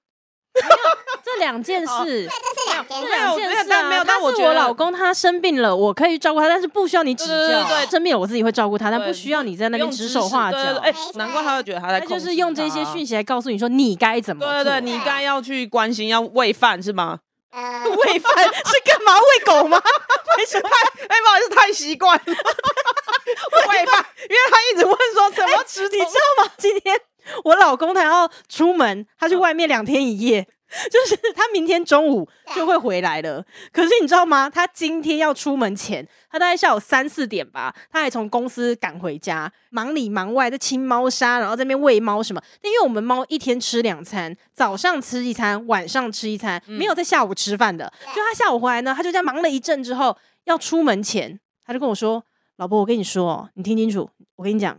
[SPEAKER 1] 这两件
[SPEAKER 2] [laughs]
[SPEAKER 1] 事，
[SPEAKER 3] 这是两件
[SPEAKER 1] 这两
[SPEAKER 3] 事。
[SPEAKER 2] 没有
[SPEAKER 1] 件
[SPEAKER 2] 哦没有
[SPEAKER 1] 事
[SPEAKER 2] 但
[SPEAKER 1] 啊，
[SPEAKER 2] 没有
[SPEAKER 1] 他
[SPEAKER 2] 但我
[SPEAKER 1] 是
[SPEAKER 2] 觉
[SPEAKER 1] 我
[SPEAKER 2] 得
[SPEAKER 1] 老公，他生病了，我可以照顾他，但是不需要你指教。
[SPEAKER 2] 对对对对
[SPEAKER 1] 生病了我自己会照顾他，但
[SPEAKER 2] 对
[SPEAKER 1] 不需要你在那
[SPEAKER 2] 用
[SPEAKER 1] 边指手画脚。
[SPEAKER 2] 知识对对对哎，难怪他会觉得他在
[SPEAKER 1] 他
[SPEAKER 2] 控制他，
[SPEAKER 1] 就是用这些讯息来告诉你说你该怎么做
[SPEAKER 2] 对对对，你该要去关心，要喂饭是吗？
[SPEAKER 3] 呃，
[SPEAKER 1] 喂饭是干嘛？喂狗吗？
[SPEAKER 2] 为什么？哎，不好意思，太习惯了。喂饭，因为他一直问说怎么吃
[SPEAKER 1] 你知道吗？ [laughs] 今天我老公他要出门，他去外面两天一夜，就是他明天中午就会回来了。可是你知道吗？他今天要出门前，他大概下午三四点吧，他还从公司赶回家，忙里忙外在清猫砂，然后在那边喂猫什么。但因为我们猫一天吃两餐，早上吃一餐，晚上吃一餐，没有在下午吃饭的。
[SPEAKER 3] 对
[SPEAKER 1] 就他下午回来呢，他就在忙了一阵之后，要出门前，他就跟我说：“老婆，我跟你说哦，你听清楚，我跟你讲。”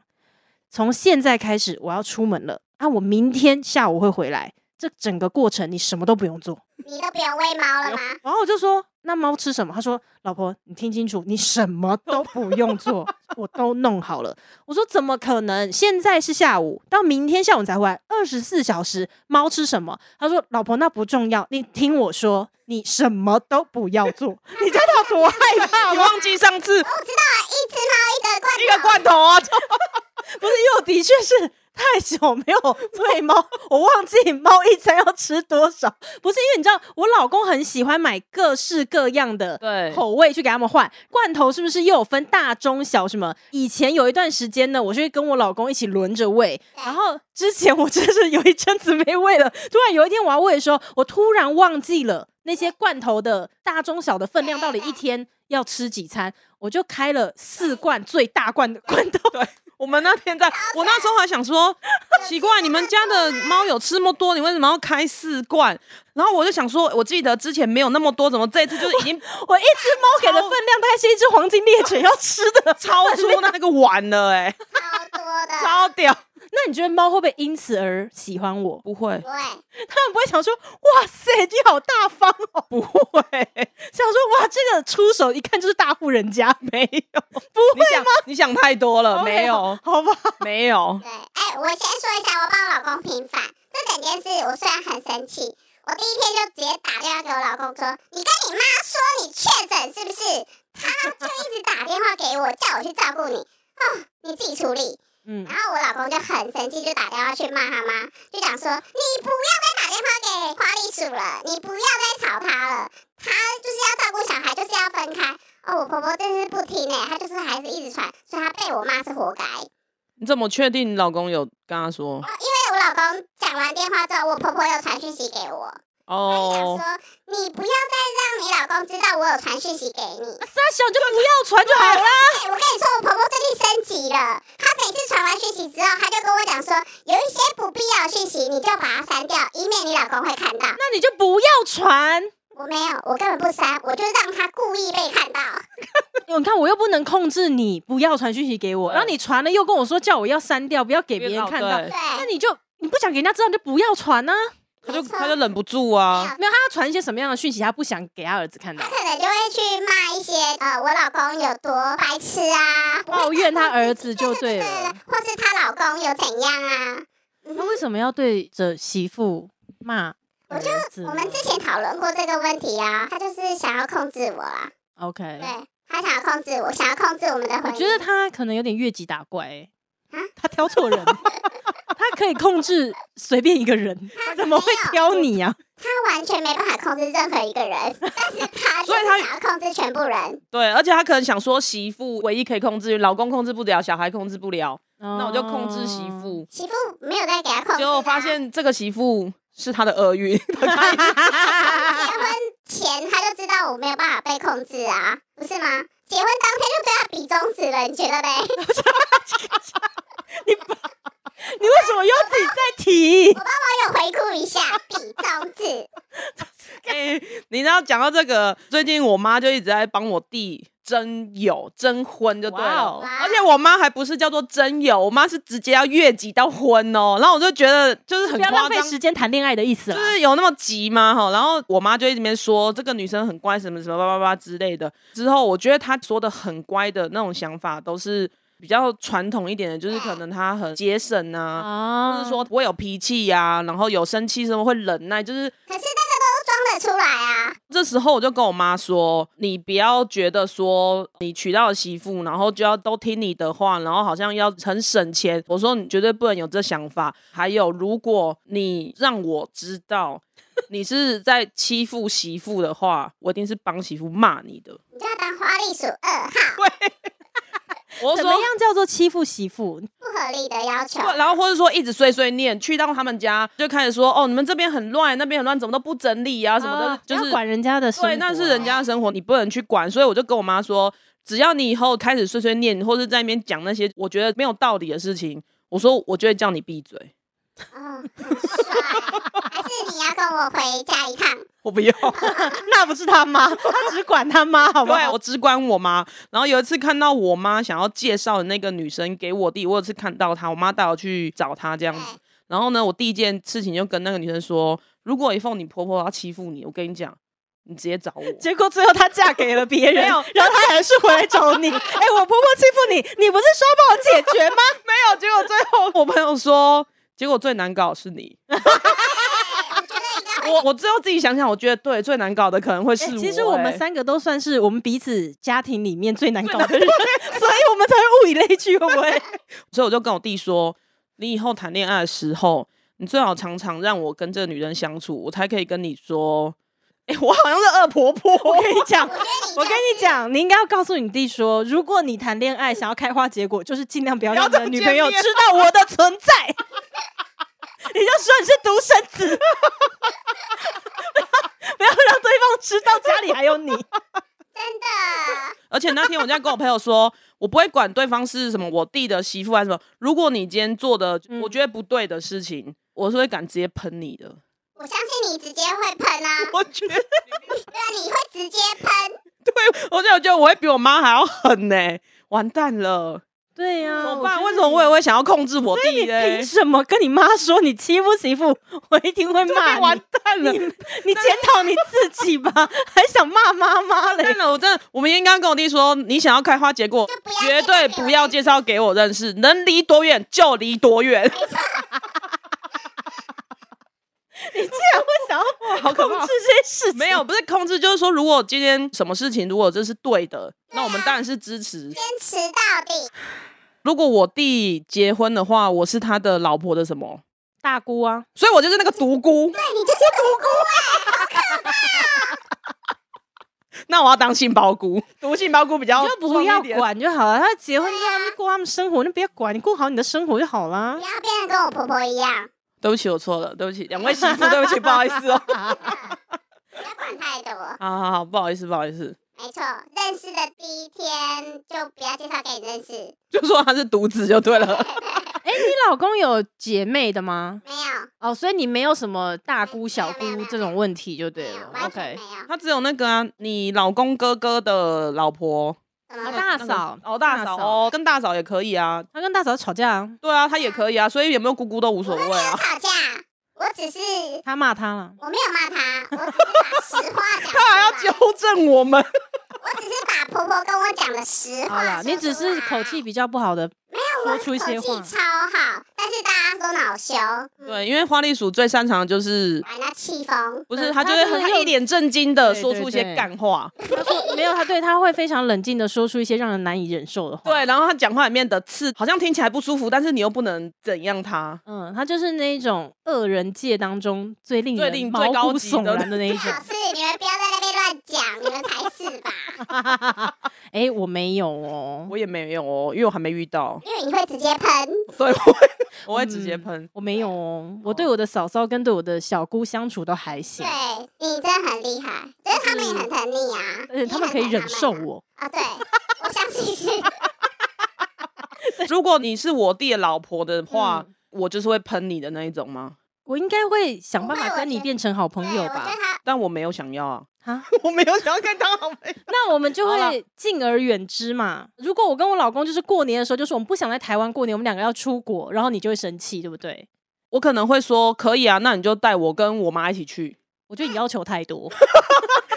[SPEAKER 1] 从现在开始我要出门了啊，我明天下午会回来。这整个过程你什么都不用做。
[SPEAKER 3] 你都不用喂猫了吗？
[SPEAKER 1] 然后我就说：“那猫吃什么？”他说：“老婆，你听清楚，你什么都不用做，我都弄好了。”我说：“怎么可能？现在是下午，到明天下午才回来，二十四小时。猫吃什么？”他说：“老婆，那不重要，你听我说，你什么都不要做。你知道他多害怕
[SPEAKER 2] 你
[SPEAKER 1] 吗？
[SPEAKER 2] 忘记上 [laughs] 次
[SPEAKER 3] 我知道了，一只猫，一个罐头，
[SPEAKER 2] 一啊个罐头啊，
[SPEAKER 1] 不是，因为我的确是太久没有喂猫，我忘记猫一餐要吃多少。不是因为你知道，我老公很喜欢买各式各样的。
[SPEAKER 2] 对
[SPEAKER 1] 口味去给他们换罐头，是不是又有分大、中、小什么？以前有一段时间呢，我就会跟我老公一起轮着喂。
[SPEAKER 3] 对
[SPEAKER 1] 然后之前我真是有一阵子没喂了，突然有一天我要喂的时候，我突然忘记了那些罐头的大、中、小的分量到底一天要吃几餐，我就开了四罐最大罐的罐头，
[SPEAKER 2] 我们那天在，我那时候还想说，奇怪，你们家的猫有吃那么多，你为什么要开四罐？然后我就想说，我记得之前没有那么多，怎么这次就是已经。
[SPEAKER 1] 我一只猫给的分量大概是一只黄金猎犬要吃的
[SPEAKER 2] 超出那个碗了、 [laughs] 欸？
[SPEAKER 3] 超多
[SPEAKER 2] 哎，
[SPEAKER 3] 的。
[SPEAKER 2] 超屌！
[SPEAKER 1] [laughs] 那你觉得猫会不会因此而喜欢我？
[SPEAKER 2] 不会，
[SPEAKER 1] 它
[SPEAKER 3] 对，
[SPEAKER 1] 们不会想说哇塞你好大方哦，
[SPEAKER 2] 不会，
[SPEAKER 1] 想说哇这个出手一看就是大户人家，
[SPEAKER 2] 没有，不会你想你想太多了，哦没有，
[SPEAKER 1] 好吧？
[SPEAKER 2] 没有，
[SPEAKER 3] 对，哎，我先说一下，我帮我老公平反这整件事。我虽然很生气，我第一天就直接打电话给我老公说：“你跟你妈说你确诊是不是？”他就一直打电话给我，叫我去照顾你。哦，你自己处理。
[SPEAKER 1] 嗯，
[SPEAKER 3] 然后我老公就很生气，就打电话去骂他妈，就讲说：“你不要再打电话给花栗鼠了，你不要再吵他了，他就是要照顾小孩，就是要分开。”哦，我婆婆真是不听哎、她就是还是一直传，所以她被我骂是活该。因
[SPEAKER 2] 你怎么确定你老公有跟他说？
[SPEAKER 3] 为我老公讲完电话之后，我婆婆又传讯息给我，他就想
[SPEAKER 2] 哦
[SPEAKER 3] 说，你不要再让你老公知道我有传讯息给你。
[SPEAKER 1] 傻小就不要传就好了。
[SPEAKER 3] 哎我跟你说，我婆婆最近升级了，她每次传完讯息之后，她就跟我讲说，有一些不必要的讯息你就把它删掉，以免你老公会看到。
[SPEAKER 1] 那你就不要传。
[SPEAKER 3] 我没有，我根本不删，我就让他故意被看到。
[SPEAKER 1] 你看，我又不能控制你不要传讯息给我，
[SPEAKER 2] 对
[SPEAKER 1] 然后你传了又跟我说叫我要删掉，不要给别人看到，
[SPEAKER 2] 对
[SPEAKER 1] 那
[SPEAKER 3] 对，
[SPEAKER 1] 你就你不想给人家知道，你就不要传啊。
[SPEAKER 2] 他
[SPEAKER 3] 没
[SPEAKER 2] 就
[SPEAKER 3] 错
[SPEAKER 2] 他就忍不住
[SPEAKER 3] 没
[SPEAKER 2] 啊
[SPEAKER 3] 有，
[SPEAKER 1] 没有，他要传一些什么样的讯息，他不想给他儿子看到
[SPEAKER 3] 他，可能就会去骂一些呃，我老公有多白痴啊，不会
[SPEAKER 1] 抱怨他儿子就对
[SPEAKER 3] 对
[SPEAKER 1] 了。
[SPEAKER 3] 或是她老公有怎样啊。
[SPEAKER 1] 他为什么要对着媳妇骂儿子呢？
[SPEAKER 3] 我们之前讨论过这个问题啊，他就是想要控制我啦，
[SPEAKER 1] OK，
[SPEAKER 3] 对他想要控制我，想要控制我们的
[SPEAKER 1] 我
[SPEAKER 3] 婚
[SPEAKER 1] 觉得
[SPEAKER 3] 姻。
[SPEAKER 1] 他可能有点越级打怪、欸
[SPEAKER 3] 啊，
[SPEAKER 1] 他挑错
[SPEAKER 3] [laughs]
[SPEAKER 1] 人，他可以控制随便一个人，他怎么会挑你啊？
[SPEAKER 3] 他完全没办法控制任何一个
[SPEAKER 1] [laughs]
[SPEAKER 3] 人，但是他就
[SPEAKER 2] 所以
[SPEAKER 3] 是
[SPEAKER 2] 他
[SPEAKER 3] 想要控制全部人。
[SPEAKER 2] 对，而且他可能想说媳妇唯一可以控制，老公控制不了，小孩控制不了，那
[SPEAKER 1] 那
[SPEAKER 2] 我就控制媳，
[SPEAKER 1] 哦
[SPEAKER 2] 妇，
[SPEAKER 3] 媳妇没有在给他控制、啊，
[SPEAKER 2] 结果发现这个媳妇是他的厄运， [laughs]
[SPEAKER 1] [laughs]
[SPEAKER 2] 他开始
[SPEAKER 3] 结婚前他就知道我没有办法被控制啊，不是吗？结婚当天就对他比中指了，你觉得呗？
[SPEAKER 1] [laughs] 你为什么又自己在提？
[SPEAKER 3] 我有回顾一下，比中指，
[SPEAKER 2] 哎，你知道讲到这个，最近我妈就一直在帮我弟征友、征婚，就对
[SPEAKER 1] 哇
[SPEAKER 2] 了
[SPEAKER 1] 哦。
[SPEAKER 2] 而且我妈还不是叫做征友，我妈是直接要越级到婚哦。然后我就觉得就是 [laughs] 很
[SPEAKER 1] 不要
[SPEAKER 2] 夸
[SPEAKER 1] 浪费
[SPEAKER 2] 张。
[SPEAKER 1] 时间谈恋爱的意思啊
[SPEAKER 2] 就
[SPEAKER 1] 啦。
[SPEAKER 2] 是有那么急吗？哈，然后我妈就一直边说这个女生很乖，什么什么叭叭叭之类的。之后我觉得她说的很乖的那种想法，都是比较传统一点的，就是可能她很节省啊，
[SPEAKER 1] 啊
[SPEAKER 2] 或是说不会有脾气呀、然后有生气什么会忍耐，就是
[SPEAKER 3] 可是那个都装得出来啊。
[SPEAKER 2] 这时候我就跟我妈说，你不要觉得说你娶到了媳妇，然后就要都听你的话，然后好像要很省钱。我说你绝对不能有这想法。还有，如果你让我知道 [laughs] 你是在欺负媳妇的话，我一定是帮媳妇骂你的。
[SPEAKER 3] 你就要当花栗鼠二号，
[SPEAKER 2] 我
[SPEAKER 1] 怎
[SPEAKER 2] 说
[SPEAKER 1] 么。样叫做欺负媳妇？
[SPEAKER 3] 不合理的要求。
[SPEAKER 2] 或然后或者说一直碎碎念，去到他们家就开始说哦，你们这边很乱，那边很乱，怎么都不整理啊什么的，
[SPEAKER 1] 啊
[SPEAKER 2] 就
[SPEAKER 1] 不
[SPEAKER 2] 是
[SPEAKER 1] 要管人家的生活啊。
[SPEAKER 2] 对，那是人家的生活，你不能去管。所以我就跟我妈说，只要你以后开始碎碎念，或是在那边讲那些我觉得没有道理的事情，我说我就会叫你闭嘴。
[SPEAKER 3] 哦，很帅。还是你要跟我回家一趟？
[SPEAKER 2] 我不要，
[SPEAKER 1] 那不是他妈，他只管他妈，好不
[SPEAKER 2] [laughs] 对啊
[SPEAKER 1] 好？
[SPEAKER 2] 我只管我妈。然后有一次看到我妈想要介绍的那个女生给我弟，我有一次看到她，我妈带我去找她这样子。然后呢，我第一件事情就跟那个女生说，如果以后你婆婆要欺负你，我跟你讲，你直接找我。
[SPEAKER 1] 结果最后她嫁给了别人，
[SPEAKER 2] 没
[SPEAKER 1] 然
[SPEAKER 2] 有
[SPEAKER 1] 后她还是回来找 [laughs] 你。哎、我婆婆欺负你，你不是说帮我解 [laughs] 决吗？
[SPEAKER 2] 没有，结果最后我朋友说，结果最难搞的是
[SPEAKER 1] [laughs]
[SPEAKER 2] 你。
[SPEAKER 3] 我觉得应该
[SPEAKER 2] 我我最后自己想想，我觉得对最难搞的可能会是
[SPEAKER 1] 欸
[SPEAKER 2] 我、
[SPEAKER 1] 其实我们
[SPEAKER 2] 欸
[SPEAKER 1] 三个都算是我们彼此家庭里面最难搞 [laughs] 的人，所以我们才会物以类聚，会不 [laughs] 会？
[SPEAKER 2] 所以我就跟我弟说，你以后谈恋爱的时候，你最好常常让我跟这个女人相处，我才可以跟你说，哎、我好像是恶婆婆。
[SPEAKER 1] 我跟你讲，
[SPEAKER 3] 我觉得你
[SPEAKER 1] 我跟你讲，你应该要告诉你弟说，如果你谈恋爱想要开花结果，就是尽量不要让你
[SPEAKER 2] 不要
[SPEAKER 1] 的
[SPEAKER 2] 这么
[SPEAKER 1] 女朋友
[SPEAKER 2] 见面
[SPEAKER 1] 知道我的存在。 [laughs] 你就说你是独生子， [laughs] 不要不要让对方知道家里还有你。
[SPEAKER 3] 真的，
[SPEAKER 2] 而且那天我在跟我朋友说，我不会管对方是什么我弟的媳妇啊还是什么，如果你今天做的
[SPEAKER 1] 嗯
[SPEAKER 2] 我觉得不对的事情，我是会敢直接喷你
[SPEAKER 1] [laughs]
[SPEAKER 2] 的。
[SPEAKER 3] 我相信你直接会喷啊，
[SPEAKER 2] 我觉得，
[SPEAKER 3] 对啊，你会直接喷。
[SPEAKER 2] 我就觉得我会比我妈还要狠呢、完蛋了，
[SPEAKER 1] [laughs] 对呀、
[SPEAKER 2] 怎
[SPEAKER 1] 我
[SPEAKER 2] 么
[SPEAKER 1] 觉
[SPEAKER 2] 办？
[SPEAKER 1] 得
[SPEAKER 2] 为什么啊我也会想要控制我弟
[SPEAKER 1] 你
[SPEAKER 2] 嘞、
[SPEAKER 1] 凭什么跟你妈说你欺负媳妇？我一定会骂
[SPEAKER 2] 对
[SPEAKER 1] 你。
[SPEAKER 2] [laughs] 完蛋了，
[SPEAKER 1] [laughs] 你检讨你 [laughs] 自己吧，还想骂妈妈嘞
[SPEAKER 2] 真？的，我真的，我们应该跟我弟说，你想要开花结果
[SPEAKER 3] 就不，要
[SPEAKER 2] 绝对不要介绍给我认识，能离多远就离多远。
[SPEAKER 1] 你竟然会 [laughs] 想要
[SPEAKER 2] 可
[SPEAKER 1] 控
[SPEAKER 2] 怕
[SPEAKER 1] 制这些事情？
[SPEAKER 2] [laughs] 没有，不是控制，就是说，如果今天什么事情，如果这是对
[SPEAKER 3] 啊
[SPEAKER 2] 的，那我们当然是支持。
[SPEAKER 3] 坚持到底，
[SPEAKER 2] 如果我弟结婚的话，我是他的老婆的什么？
[SPEAKER 1] 大姑啊，
[SPEAKER 2] 所以我就是那个独孤，
[SPEAKER 3] 对你就是独孤
[SPEAKER 2] 那我要当杏鲍菇，毒杏鲍菇比较
[SPEAKER 1] 你就不要
[SPEAKER 2] 壮一点。
[SPEAKER 1] 管就好了。他结婚
[SPEAKER 3] 对
[SPEAKER 1] 就
[SPEAKER 3] 啊
[SPEAKER 1] 让他们过他们生活，你不要管，你过好你的生活就好啦
[SPEAKER 3] 不。要变得跟我婆婆一样。
[SPEAKER 2] 对不起，我错了，对不起，两位媳妇，对不起，不好意思 [laughs] 哦。
[SPEAKER 3] 不要管太多。
[SPEAKER 2] 好好好，不好意思，不好意思，
[SPEAKER 3] 没错，认识的第一天就不要介绍给你认识，
[SPEAKER 2] 就说他是独子就对了。 [laughs]
[SPEAKER 1] 哎、你老公有姐妹的吗？
[SPEAKER 3] 没有，
[SPEAKER 1] 哦，所以你没有什么大姑小
[SPEAKER 3] 没有没
[SPEAKER 1] 姑
[SPEAKER 3] 有
[SPEAKER 1] 这种问题就对
[SPEAKER 3] 没有
[SPEAKER 1] 了，。
[SPEAKER 3] 完
[SPEAKER 1] OK
[SPEAKER 3] 全没。有。
[SPEAKER 2] 他只有那个啊，你老公哥哥的老婆
[SPEAKER 3] 怎
[SPEAKER 1] 哦
[SPEAKER 3] 么了？
[SPEAKER 1] 大嫂，
[SPEAKER 2] 哦，大嫂哦，跟大嫂也可以啊。
[SPEAKER 1] 他跟大嫂吵架啊，
[SPEAKER 2] 对啊，他也可以啊，所以有没有姑姑都无所谓啊。 [laughs]
[SPEAKER 3] 吵架？我只是
[SPEAKER 1] 他骂他了。
[SPEAKER 3] 我没有骂他，我只是把实话讲出来。
[SPEAKER 2] 他还要纠正我们，
[SPEAKER 3] 我只是把婆婆跟我讲的实
[SPEAKER 1] 好
[SPEAKER 3] 话
[SPEAKER 1] 啦，
[SPEAKER 3] 说
[SPEAKER 1] 你只
[SPEAKER 3] 出
[SPEAKER 1] 是
[SPEAKER 3] 来
[SPEAKER 1] 口气比较不好的说出一些
[SPEAKER 3] 口气
[SPEAKER 1] 话。
[SPEAKER 3] 超好，但是大家都恼羞，嗯，
[SPEAKER 2] 对，因为花栗鼠最擅长的就是。
[SPEAKER 3] 把人家气疯。
[SPEAKER 2] 不
[SPEAKER 1] 嗯
[SPEAKER 2] 是，他就
[SPEAKER 1] 他
[SPEAKER 2] 会
[SPEAKER 1] 真的
[SPEAKER 2] 很他
[SPEAKER 1] 用
[SPEAKER 2] 一脸震惊的
[SPEAKER 1] 对
[SPEAKER 2] 说
[SPEAKER 1] 对
[SPEAKER 2] 出一些
[SPEAKER 1] 对
[SPEAKER 2] 干话，
[SPEAKER 1] 他说 [laughs] 没有，他对他会非常冷静的说出一些让人难以忍受的话。
[SPEAKER 2] 对，，然后他讲话里面的刺好像听起来不舒服，但是你又不能怎样他，
[SPEAKER 1] 嗯，他就是那一种恶人界当中最令
[SPEAKER 2] 最
[SPEAKER 1] 人
[SPEAKER 2] 令
[SPEAKER 1] 毛
[SPEAKER 2] 最高
[SPEAKER 1] 骨
[SPEAKER 2] 级
[SPEAKER 1] 悚
[SPEAKER 2] 的
[SPEAKER 1] 然的那一 [laughs]
[SPEAKER 3] 最
[SPEAKER 1] 种。
[SPEAKER 3] 好是你们不要在那边乱讲，你们才是吧？
[SPEAKER 1] 哎、我没有哦，
[SPEAKER 2] 我也没有哦，因为我还没遇到，
[SPEAKER 3] 因为你会直接喷，
[SPEAKER 2] 对，我会 [laughs] 我会直接
[SPEAKER 1] 嗯
[SPEAKER 2] 喷，
[SPEAKER 1] 我没有哦，我对我的嫂嫂跟对我的小姑相处都还行
[SPEAKER 3] 对，你真的很厉害，可是他们也很疼你啊，
[SPEAKER 1] 而且嗯
[SPEAKER 3] 你
[SPEAKER 1] 他
[SPEAKER 3] 也
[SPEAKER 1] 们
[SPEAKER 3] 很
[SPEAKER 1] 可以
[SPEAKER 3] 疼
[SPEAKER 1] 忍
[SPEAKER 3] 他们
[SPEAKER 1] 受
[SPEAKER 3] 啊
[SPEAKER 1] 我。
[SPEAKER 3] 啊，对，我相信是，
[SPEAKER 2] [laughs] 如果你是我弟的老婆的话，
[SPEAKER 1] 嗯
[SPEAKER 2] 我就是会喷你的那一种吗？
[SPEAKER 1] 我应该会想办
[SPEAKER 3] 不会
[SPEAKER 1] 法
[SPEAKER 3] 我
[SPEAKER 1] 跟你
[SPEAKER 3] 觉得
[SPEAKER 1] 变成好
[SPEAKER 3] 对
[SPEAKER 1] 朋友
[SPEAKER 3] 我觉
[SPEAKER 1] 吧
[SPEAKER 3] 得？他
[SPEAKER 2] 但我没有想
[SPEAKER 1] [laughs]
[SPEAKER 2] 要啊，
[SPEAKER 1] 啊，
[SPEAKER 2] [laughs] 我没有想要跟他好朋友。
[SPEAKER 1] 那我们就
[SPEAKER 2] 好啦
[SPEAKER 1] 会敬而远之嘛。如果我跟我老公就是过年的时候，就是我们不想在台湾过年，我们两个要出国，然后你就会生气，对不对？
[SPEAKER 2] [laughs] 我可能会说可以啊，那你就带我跟我妈一起去。 [laughs]
[SPEAKER 1] 我觉得你要求太多，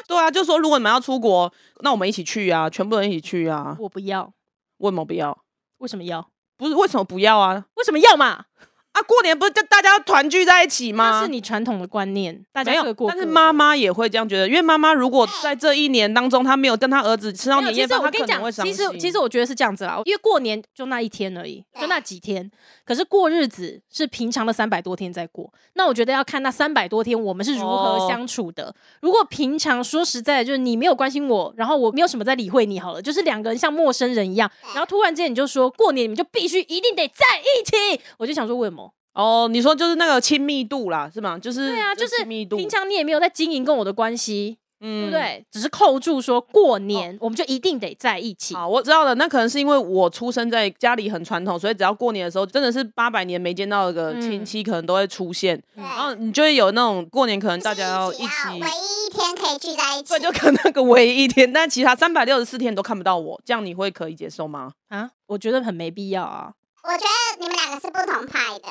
[SPEAKER 2] 对啊，就说如果你们要出国，那我们一起去啊，全部人一起去啊。
[SPEAKER 1] 我不要。
[SPEAKER 2] 为什么不要？
[SPEAKER 1] 为什么要？
[SPEAKER 2] 不是为什么不要啊？
[SPEAKER 1] 为什么要嘛？
[SPEAKER 2] 啊，过年不是就大家团聚在一起
[SPEAKER 1] 那
[SPEAKER 2] 吗？
[SPEAKER 1] 是你传统的观念，大
[SPEAKER 2] 没
[SPEAKER 1] 家各
[SPEAKER 2] 有，
[SPEAKER 1] 过
[SPEAKER 2] 但是
[SPEAKER 1] 各的
[SPEAKER 2] 妈妈也会这样觉得，因为妈妈如果在这一年当中，她没有跟她儿子吃到
[SPEAKER 1] 没有
[SPEAKER 2] 年夜
[SPEAKER 1] 其实
[SPEAKER 2] 饭，
[SPEAKER 1] 我
[SPEAKER 2] 她
[SPEAKER 1] 跟你
[SPEAKER 2] 可能
[SPEAKER 1] 讲，
[SPEAKER 2] 会伤
[SPEAKER 1] 其
[SPEAKER 2] 心。
[SPEAKER 1] 实其实我觉得是这样子啦，因为过年就那一天而已，就那几天。可是过日子是平常的三百多天在过，那我觉得要看那三百多天我们是如
[SPEAKER 2] 哦
[SPEAKER 1] 何相处的。如果平常说实在的，就是你没有关心我，然后我没有什么在理会你好了，就是两个人像陌生人一样，然后突然间你就说过年你们就必须一定得在一起，我就想说为什么？
[SPEAKER 2] 哦，你说就是那个亲密度啦，是吗？就是
[SPEAKER 1] 对啊，就是
[SPEAKER 2] 嗯亲密度，
[SPEAKER 1] 平常你也没有在经营跟我的关系，对
[SPEAKER 2] 嗯哦
[SPEAKER 1] 不对？只是扣住说过年我们就一定得在一起。
[SPEAKER 2] 好，我知道了，那可能是因为我出生在家里很传统，所以只要过年的时候，真的是八百年没见到的亲戚，可能都会出现，
[SPEAKER 3] 对，
[SPEAKER 2] 然
[SPEAKER 1] 嗯
[SPEAKER 2] 后你就会有那种过年可能大家要
[SPEAKER 3] 要
[SPEAKER 2] 一
[SPEAKER 3] 啊
[SPEAKER 2] 起
[SPEAKER 3] 唯。一一天可以聚在一起，
[SPEAKER 2] 对，就可能那个唯一一天，但其他三百六十四天你都看不到我，这样你会可以接受吗？
[SPEAKER 1] 啊，我觉得很没必要啊。
[SPEAKER 3] 我觉得你们两个是不同派的。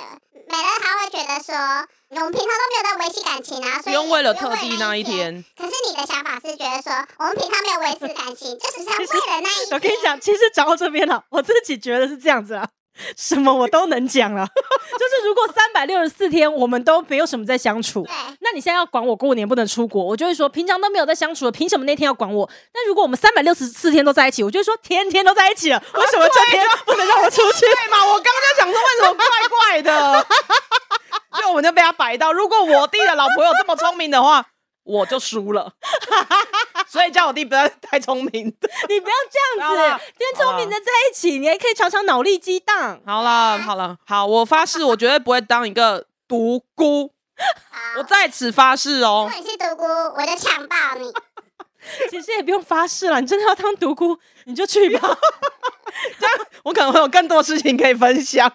[SPEAKER 3] 美乐她会觉得说，我们平常都没有在维系感情啊，
[SPEAKER 2] 不
[SPEAKER 3] 所以
[SPEAKER 2] 用为了
[SPEAKER 3] 也不
[SPEAKER 2] 特地那一
[SPEAKER 3] 一。
[SPEAKER 2] 天，
[SPEAKER 3] 啊可是你的想法是觉得说，我们平常没有维持感
[SPEAKER 2] [laughs]
[SPEAKER 3] 情，就只是为了那一天。
[SPEAKER 1] 我跟你讲，其实讲到这边了，我自己觉得是这样子啊，什么我都能讲了。 [laughs] 就是如果三百六十四天我们都没有什么在相处，
[SPEAKER 3] 对，
[SPEAKER 1] 那你现在要管我过年不能出国，我就会说平常都没有在相处了，凭什么那天要管我？但如果我们三百六十四天都在一起，我就会说天天都在一起了，为什么这天不能让我出去？ [laughs]
[SPEAKER 2] 对嘛？我刚刚就想说，为什么怪怪的？ [laughs] 就我们就被他摆到。如果我弟的老婆有这么聪明的话，我就输了。 [laughs] 所以叫我弟不要太聪明。
[SPEAKER 1] 你不要这样
[SPEAKER 2] 好啦
[SPEAKER 1] 子，跟聪明的在一起，你还可以常常脑力激荡。
[SPEAKER 2] 好
[SPEAKER 1] [laughs]
[SPEAKER 2] 了，好了，好，我发誓，我绝对不会当一个独孤。我在此发誓
[SPEAKER 3] 如
[SPEAKER 2] 哦
[SPEAKER 3] 果，你是独孤，啊我就强暴
[SPEAKER 2] [laughs]
[SPEAKER 3] 你。
[SPEAKER 1] 其实也不用发誓了，你真的要当独孤，你就去吧。
[SPEAKER 2] 我可能会有更多事情可以
[SPEAKER 1] [laughs]
[SPEAKER 2] 分享。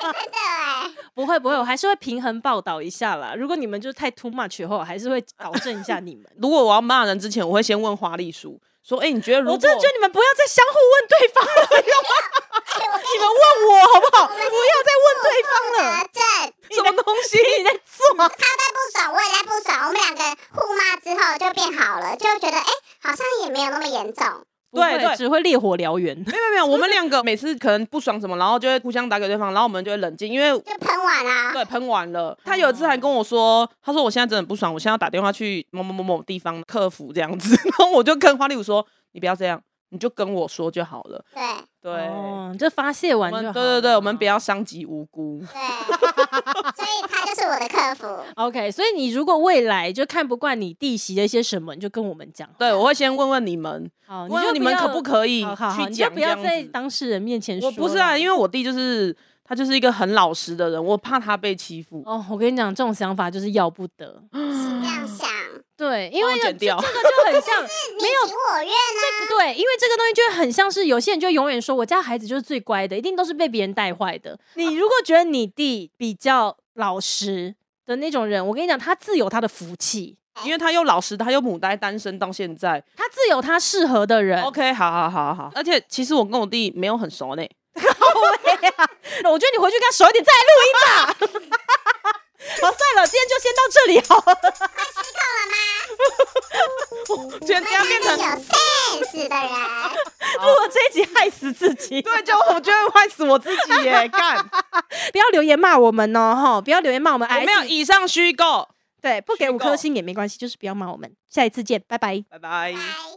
[SPEAKER 3] 真的哎，
[SPEAKER 1] 不会不会，我还是会平衡报道一下啦。如果你们就是太 too much 以后，我还是会导正一下你们。
[SPEAKER 2] 如果我要骂人之前，我会先问花栗鼠说：“哎、你觉得 [laughs] 如果
[SPEAKER 1] 我真的觉得你们不要再相互问对方了，
[SPEAKER 3] 哎，我
[SPEAKER 1] 你们问我好不好？不要再问对方
[SPEAKER 2] [laughs]
[SPEAKER 1] 了，
[SPEAKER 3] 跟你得正。
[SPEAKER 2] 什么东西？
[SPEAKER 1] 你在做
[SPEAKER 3] 他在不爽，我也在不爽，我们两个互骂之后就变好了，就觉得哎、好像也没有那么严重。
[SPEAKER 1] 不会
[SPEAKER 2] 对对
[SPEAKER 1] 只会烈火燎原。
[SPEAKER 2] 没有没有，我们两个每次可能不爽什么，然后就会互相打给对方，然后我们就会冷静，因为
[SPEAKER 3] 就喷完啊啦、
[SPEAKER 2] 对，喷完了。他有一次还跟我说，他说我现在真的很不爽，我现在要打电话去某某某某地方客服这样子。然后我就跟花丽舞说，你不要这样，你就跟我说就好了。
[SPEAKER 3] 对
[SPEAKER 2] 对，
[SPEAKER 1] 哦，就发泄
[SPEAKER 2] 我
[SPEAKER 1] 完就好
[SPEAKER 2] 们
[SPEAKER 1] 了。
[SPEAKER 2] 对对对，我们不要伤及无辜。
[SPEAKER 3] 对，
[SPEAKER 2] [laughs]
[SPEAKER 3] 所以他就是我的客服。
[SPEAKER 1] OK，所以你如果未来就看不惯你弟媳的一些什么，你就跟我们讲。
[SPEAKER 2] 对，我会先问问你们，
[SPEAKER 1] 好，
[SPEAKER 2] 问
[SPEAKER 1] 哦就
[SPEAKER 2] 问你们
[SPEAKER 1] 要
[SPEAKER 2] 可不可以
[SPEAKER 1] 好好好，
[SPEAKER 2] 去
[SPEAKER 1] 你就
[SPEAKER 2] 讲
[SPEAKER 1] 不
[SPEAKER 2] 这
[SPEAKER 1] 要
[SPEAKER 2] 样
[SPEAKER 1] 在
[SPEAKER 2] 子。
[SPEAKER 1] 当事人面前说
[SPEAKER 2] 我
[SPEAKER 1] 了。哦
[SPEAKER 2] 不是啊，因为我弟就是他就是一个很老实的人，我怕他被欺负。
[SPEAKER 1] 哦，我跟你讲，这种想法就是要不
[SPEAKER 2] [laughs]
[SPEAKER 1] 得。哦
[SPEAKER 3] 是这样想，
[SPEAKER 1] 对，因为
[SPEAKER 2] 帮我
[SPEAKER 1] 这
[SPEAKER 2] 剪掉
[SPEAKER 1] 这个就很像，
[SPEAKER 3] 你情我愿啊，
[SPEAKER 1] 对，因为这个东西就会很像是有些人就会永远说，我家孩子就是最乖的，一定都是被别人带坏的。你如果觉得你弟比较老实的那种人，我跟你讲，他自有他的福气，
[SPEAKER 2] 因为他又老实，他又母胎单身到现在。
[SPEAKER 1] 他自有他适合的人。
[SPEAKER 2] OK，好好好好。而且其实我跟我弟没有很熟呢，
[SPEAKER 1] 我觉得你回去跟他熟一点再来录音吧。 [laughs] 好，算了，今天就先到这里好了。
[SPEAKER 2] 全家变
[SPEAKER 3] 是
[SPEAKER 2] 成
[SPEAKER 3] 有 sense 的人。
[SPEAKER 1] 录了这一集，害死自己。
[SPEAKER 2] 对，就我觉得害死我自
[SPEAKER 1] [laughs]
[SPEAKER 2] 己耶！干，
[SPEAKER 1] 不要留言骂我们哦，哈，不要留言骂我们。
[SPEAKER 2] 我没有以上虚构，
[SPEAKER 1] 对，不给五
[SPEAKER 2] 虚构
[SPEAKER 1] 颗星也没关系，就是不要骂我们。下一次见，拜拜。
[SPEAKER 2] 拜拜。
[SPEAKER 3] 拜。